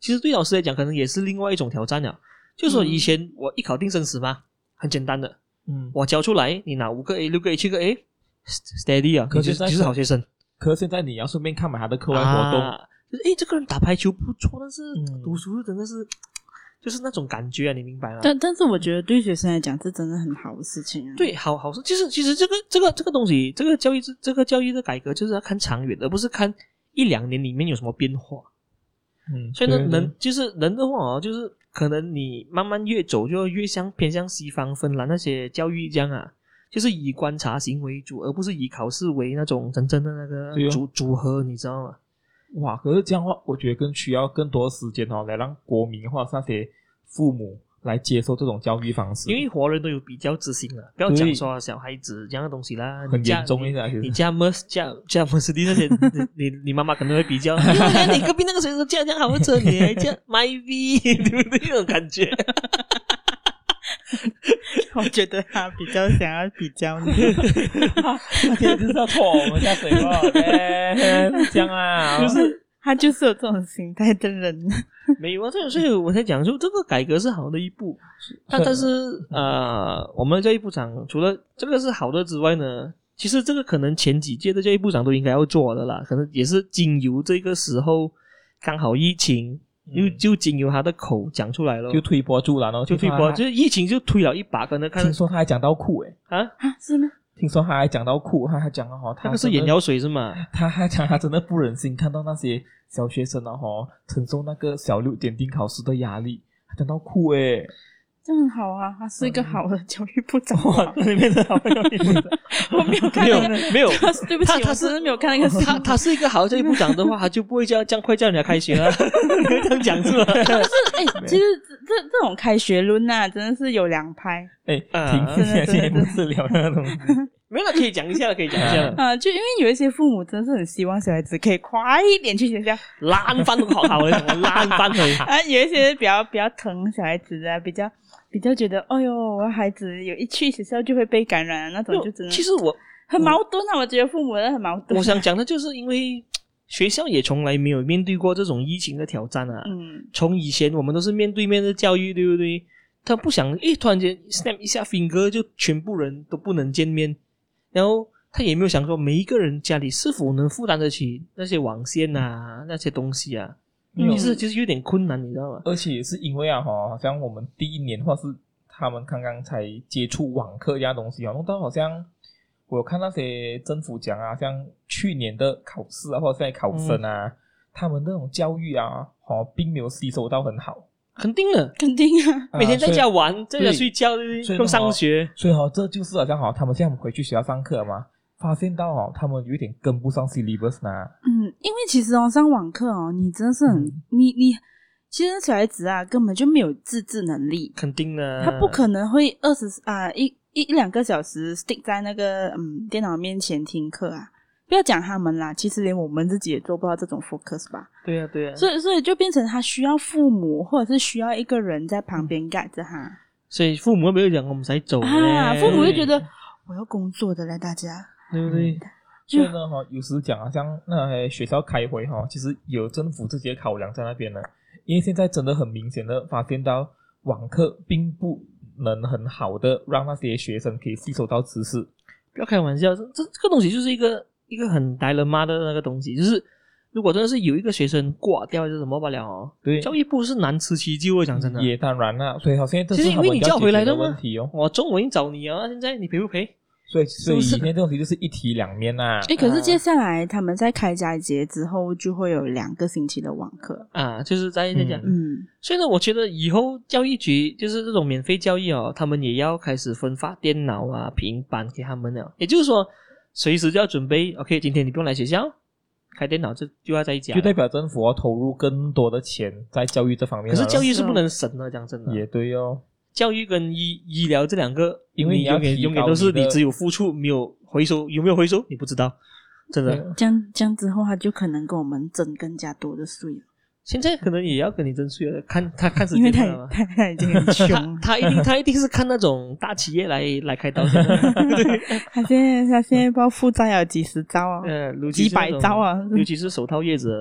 Speaker 3: 其实对老师来讲，可能也是另外一种挑战了。就说以前我一考定生死嘛，很简单的，
Speaker 1: 嗯，
Speaker 3: 我教出来，你拿五个 A、六个 A、七个 A，steady 啊，
Speaker 1: 可
Speaker 3: 你
Speaker 1: 是
Speaker 3: 就是
Speaker 1: 在
Speaker 3: 就是好学生。
Speaker 1: 可是现在你要顺便看埋他的课外活动，
Speaker 3: 啊就是诶，这个人打排球不错，但是
Speaker 1: 嗯
Speaker 3: 读书真的是，就是那种感觉啊，你明白吗？
Speaker 2: 但但是我觉得对学生来讲，这真的很好的事情啊。
Speaker 3: 对，好好说，其实其实这个这个这个东西，这个教育制这个教育的改革，就是要看长远，而不是看一两年里面有什么变化。
Speaker 1: 嗯，
Speaker 3: 所以呢，
Speaker 1: 对
Speaker 3: 人就是人的话哦，就是可能你慢慢越走，就越像偏向西方芬兰那些教育这样啊，就是以观察型为主，而不是以考试为那种真正的那
Speaker 1: 对
Speaker 3: 个
Speaker 1: 哦
Speaker 3: 组、组合，你知道吗？
Speaker 1: 哇，可是这样的话，我觉得更需要更多时间哦，来让国民或者那些父母来接受这种教育方式，
Speaker 3: 因为华人都有比较之心了，不要讲
Speaker 1: 对
Speaker 3: 说小孩子这样的东西啦，
Speaker 1: 很
Speaker 3: 你家
Speaker 1: 严重
Speaker 3: 你
Speaker 1: 一下，其
Speaker 3: 你
Speaker 1: 实
Speaker 3: 嫁 Merc 嫁嫁 Mercedes 那些，你你你妈妈可能会比较， 哎呀你隔壁那个谁说嫁这样好的车，你还嫁 My V，对不对？那种感觉，
Speaker 2: 我觉得他比较想要比较 你。
Speaker 1: 天就是要错我们下水了，
Speaker 3: 哎
Speaker 1: 这样啊，
Speaker 3: 哦
Speaker 2: 就是 他就是有这种心态的人。
Speaker 3: 没有啊，所以所以我才讲，就这个改革是好的一步，但但是呃，我们的教育部长除了这个是好的之外呢，其实这个可能前几届的教育部长都应该要做的啦，可能也是经由这个时候刚好疫情，又
Speaker 1: 嗯
Speaker 3: 就经由他的口讲出来了，
Speaker 1: 就推波助澜哦，
Speaker 3: 就推波，就
Speaker 1: 听说
Speaker 3: 是疫情就推了一把，可能
Speaker 1: 他
Speaker 3: 看
Speaker 1: 听说他还讲到哭诶，
Speaker 3: 啊，
Speaker 2: 啊，是吗？
Speaker 1: 听说他还讲到哭，他还讲哦，他
Speaker 3: 那个是
Speaker 1: 真的
Speaker 3: 眼药水是吗？
Speaker 1: 他还讲他真的不忍心看到那些小学生啊哦，承受那个小六点定考试的压力，他讲到哎哭诶。
Speaker 2: 这样很好啊，他是一个好的教育部长啊。
Speaker 3: 嗯哇，那 里面的好朋友也是
Speaker 2: 我没有看
Speaker 3: 没有
Speaker 2: 到那个
Speaker 3: 没有，
Speaker 2: 他是对不起
Speaker 3: 他，他
Speaker 2: 我
Speaker 3: 是
Speaker 2: 真的没有看那个新
Speaker 3: 他
Speaker 2: 闻。
Speaker 3: 他是一个好教育部长的话，他就不会叫这样快叫人家开学了， 这样讲是吧？
Speaker 2: 哎，其实这这这种开学论呐，真的是有两派
Speaker 1: 哎，
Speaker 3: 啊
Speaker 1: 停一下，
Speaker 2: 真的真的
Speaker 1: 现在不是聊那个东西。
Speaker 3: 没有了，可以讲一下了，可以讲一下 了。
Speaker 2: 啊。就因为有一些父母真的是很希望小孩子可以快一点去学校，
Speaker 3: 烂番都好好 了，什么烂番而已。
Speaker 2: 啊，有一些比较比较疼小孩子的啊，比较比较觉得，哎呦，我孩子有一去学校就会被感染啊，那种就真的
Speaker 3: 其实我
Speaker 2: 很矛盾啊。我觉得父母真的很矛盾。
Speaker 3: 我想讲的就是因为学校也从来没有面对过这种疫情的挑战啊。
Speaker 2: 嗯，
Speaker 3: 从以前我们都是面对面的教育，对不对？他不想，诶，突然间 snap 一下 finger 就全部人都不能见面，然后他也没有想说每一个人家里是否能负担得起那些网线啊那些东西啊，
Speaker 1: 没有
Speaker 3: 也是就是有点困难，你知道吗？
Speaker 1: 而且也是因为啊，哈，好像我们第一年或是他们刚刚才接触网课这样东西啊，弄到好像我有看那些政府讲啊，像去年的考试啊，或者现在考生
Speaker 3: 嗯
Speaker 1: 啊，他们那种教育啊，哦，并没有吸收到很好，
Speaker 3: 肯定的，
Speaker 2: 肯定啊，
Speaker 1: 啊
Speaker 3: 每天在
Speaker 1: 所
Speaker 3: 家玩，在家
Speaker 1: 对
Speaker 3: 睡觉，对不
Speaker 1: 所
Speaker 3: 对？
Speaker 1: 以
Speaker 3: 不用
Speaker 1: 那么
Speaker 3: 上学，
Speaker 1: 以所以哈、这就是好像哈、他们现在回去学校上课嘛，发现到哦，他们有一点跟不上 syllabus 啊呢、
Speaker 2: 嗯，因为其实哦，上网课哦，你真的是很，
Speaker 1: 嗯
Speaker 2: 你你，其实小孩子啊，根本就没有自制能力，
Speaker 3: 肯定的。
Speaker 2: 他不可能会二十啊一一一两个小时 stick 在那个嗯电脑面前听课啊。不要讲他们啦，其实连我们自己也做不到这种 focus 吧，
Speaker 3: 对啊，对啊。
Speaker 2: 所以所以就变成他需要父母或者是需要一个人在旁边 guide 着他
Speaker 3: 所以父母没有讲我们才走
Speaker 2: 啊，
Speaker 3: 嘞
Speaker 2: 嗯父母就觉得我要工作的嘞，大家
Speaker 3: 对
Speaker 1: 嗯
Speaker 3: 不对？
Speaker 1: 所以呢，哈，有时讲啊，像那些学校开会哈，其实有政府自己的考量在那边的，因为现在真的很明显的发现到网课并不能很好的让那些学生可以吸收到知识。
Speaker 3: 不要开玩笑，这这这个东西就是一个一个很呆了妈的那个东西，就是如果真的是有一个学生挂掉，就怎么办了哦？
Speaker 1: 对，
Speaker 3: 教育部是难辞其咎的，讲真的。
Speaker 1: 嗯也当然啦，所以好，现在这
Speaker 3: 其
Speaker 1: 是
Speaker 3: 实因
Speaker 1: 他
Speaker 3: 为
Speaker 1: 们
Speaker 3: 你
Speaker 1: 要
Speaker 3: 叫回
Speaker 1: 解
Speaker 3: 来
Speaker 1: 决
Speaker 3: 的
Speaker 1: 的
Speaker 3: 嘛
Speaker 1: 问题哦。
Speaker 3: 我中午已经找你啊，现在你赔不赔？
Speaker 1: 所以，所以
Speaker 3: 是
Speaker 1: 以前这种题就是一体两面呐、
Speaker 2: 哎，可是
Speaker 3: 啊
Speaker 2: 接下来他们在开家节之后就会有两个星期的网课，
Speaker 3: 啊，就是在在讲。
Speaker 2: 嗯
Speaker 3: 所以呢，我觉得以后教育局就是这种免费教育哦，他们也要开始分发电脑啊、平板给他们了。也就是说，随时就要准备，OK，今天你不用来学校，开电脑就就要在家了。
Speaker 1: 就代表政府要投入更多的钱在教育这方面
Speaker 3: 可
Speaker 1: 啦。
Speaker 3: 是教育是
Speaker 2: 是哦
Speaker 3: 不能省的，讲真的。
Speaker 1: 也对哦，
Speaker 3: 教育跟医医疗这两个，
Speaker 1: 因为
Speaker 3: 你
Speaker 1: 你要
Speaker 3: 永远
Speaker 1: 提高
Speaker 3: 永远都是
Speaker 1: 你
Speaker 3: 你
Speaker 1: 的
Speaker 3: 只有付出没有回收，有没有回收你不知道，真 的。
Speaker 2: 这样这样之后他就可能跟我们挣更加多的税了，
Speaker 3: 现在可能也要跟你争税了，看他看时
Speaker 2: 因为
Speaker 3: 间
Speaker 2: 他
Speaker 3: 了
Speaker 2: 也
Speaker 3: 嘛。
Speaker 2: 他他已经很穷
Speaker 3: 他他
Speaker 2: 了。
Speaker 3: 一定他一定是看那种大企业来来开刀的，对，
Speaker 2: 他现在他现在不知道负债有几十兆 啊，
Speaker 3: 呃，尤其
Speaker 2: 几
Speaker 3: 是那
Speaker 2: 百
Speaker 3: 种
Speaker 2: 兆，啊！
Speaker 3: 尤其是手套叶子，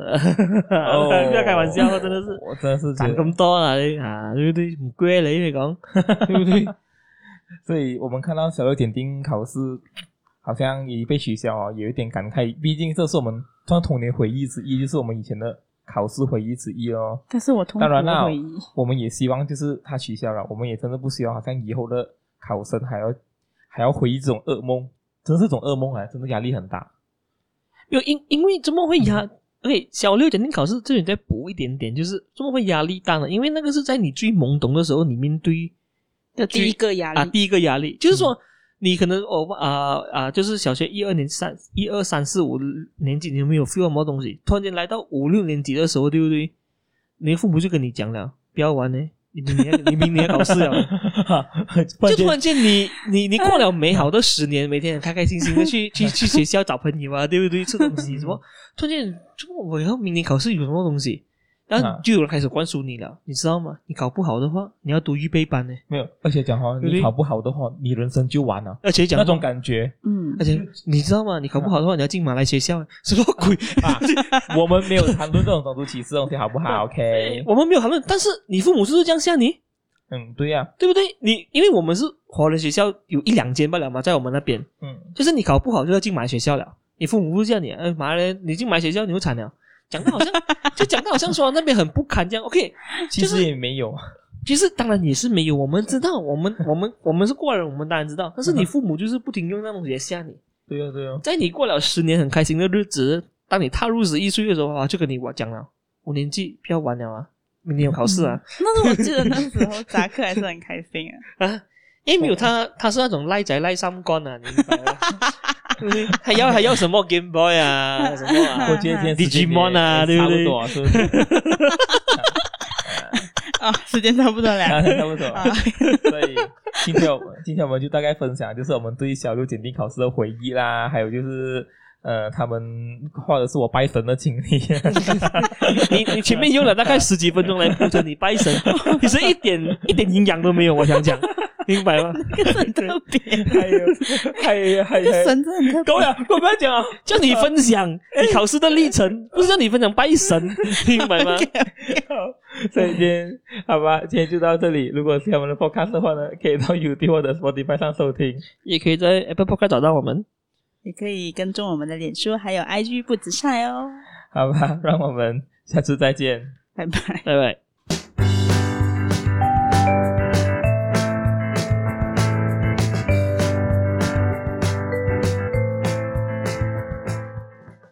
Speaker 1: 哦
Speaker 3: 不啊要开玩笑，真的是
Speaker 1: 我真的是觉
Speaker 3: 涨
Speaker 1: 得
Speaker 3: 咁多啊，你啊，对不对？唔乖你你讲， 对不对？
Speaker 1: 所以我们看到小六点定考试好像也被取消哦，有一点感慨。毕竟这是我们算童年回忆之一，就是我们以前的考试回忆之一哦。
Speaker 2: 但是我痛苦
Speaker 1: 当然
Speaker 2: 的
Speaker 1: 啦
Speaker 2: 回忆，，
Speaker 1: 我们也希望就是它取消了，我们也真的不希望好像以后的考生还要还要回忆这种噩梦，真是这种噩梦啊，真的压力很大。
Speaker 3: 因因因为怎么会压？对，小六检定考试这里再补一点点，就是怎么会压力大呢？因为那个是在你最懵懂的时候，你面对的
Speaker 2: 第一个压力嗯
Speaker 3: 啊，第一个压力就是说，你可能哦啊啊，就是小学一二年三一二三四五年级，你没有 feel 到什么东西，突然间来到五六年级的时候，对不对？你的父母就跟你讲了，不要玩呢，你明年你明年要考试了。
Speaker 1: 不然间
Speaker 3: 就突
Speaker 1: 嗯
Speaker 3: 然间你，你你过了美好的十年，每天开开心心 的去去去学校找朋友啊，对不对？吃东西什
Speaker 1: 嗯
Speaker 3: 么，突然间，就我要明年考试有什么东西，然后
Speaker 1: 啊
Speaker 3: 就有人开始灌输你了，你知道吗？你考不好的话，你要读预备班呢，
Speaker 1: 没有，而且讲哈，
Speaker 3: 对
Speaker 1: 你考不好的话，你人生就完了，
Speaker 3: 而且讲
Speaker 1: 那种，感觉。
Speaker 2: 嗯
Speaker 3: 而，且你知道吗？你考不好的话，你要进马来 学校，什么鬼？
Speaker 1: 啊我们没有谈论这种种族歧视的东西，好不好？OK，
Speaker 3: 我们没有讨论，但是你父母是不是这样吓你？
Speaker 1: 嗯，对呀、
Speaker 3: 对不对？你因为我们是华人学校，有一两间罢了嘛，在我们那边，
Speaker 1: 嗯。
Speaker 3: 就是你考不好就要进马来学校了，你父母不是叫你，哎，马来人你进马来学校你就惨了，讲的好像 就讲的好像说那边很不堪这样。OK，
Speaker 1: 其
Speaker 3: 就是
Speaker 1: 实也没有，啊
Speaker 3: 其实当然也是没有，我们知道，我们 我们我们是过来人，我们当然知道，但是你父母就是不停用那种东西来吓你，
Speaker 1: 对哦对哦，
Speaker 3: 在你过了十年很开心的日子，当你踏入十一岁的时候啊，就跟你我讲了，五年级不要玩了啊，明年有考试啊，
Speaker 2: 那是我记得那时候扎克还是很开心啊，
Speaker 3: 啊，因为没有他，他是那种赖仔赖三观啊，你明白吗？ 对不对还要还要什么 Game Boy 啊，什么啊？
Speaker 1: 我觉得今天时间也
Speaker 3: Digimon 啊
Speaker 1: 也
Speaker 3: 对不
Speaker 1: 差
Speaker 3: 对
Speaker 1: 不多啊，是不 是？
Speaker 2: 啊，时间差不多
Speaker 1: 啊
Speaker 2: 了。
Speaker 1: 差不多
Speaker 2: 啊
Speaker 1: 啊。所以今天我们今天我们就大概分享，就是我们对小六检定考试的回忆啦，还有就是呃，他们画的是我拜神的经历，
Speaker 3: 你你前面用了大概十几分钟来铺陈你拜神，其实一点一点营养都没有，我想讲，明白吗？
Speaker 2: 这个很特别，
Speaker 1: 还有还有还
Speaker 2: 这 个
Speaker 1: 有，
Speaker 2: 神真的很特别。
Speaker 1: 够了，我不要讲了。
Speaker 3: 啊叫你分享你考试的历程，不是叫你分享拜神，明白吗？
Speaker 1: 好，所以今天好吧，今天就到这里。如果喜欢我们的 podcast 的话呢，可以到 YouTube 或者 Spotify 上收听。
Speaker 3: 也可以在 Apple Podcast 找到我们。
Speaker 2: 也可以跟踪我们的脸书还有 IG 不止晒哦，
Speaker 1: 好吧，让我们下次再见。
Speaker 2: 拜拜。
Speaker 3: 拜拜。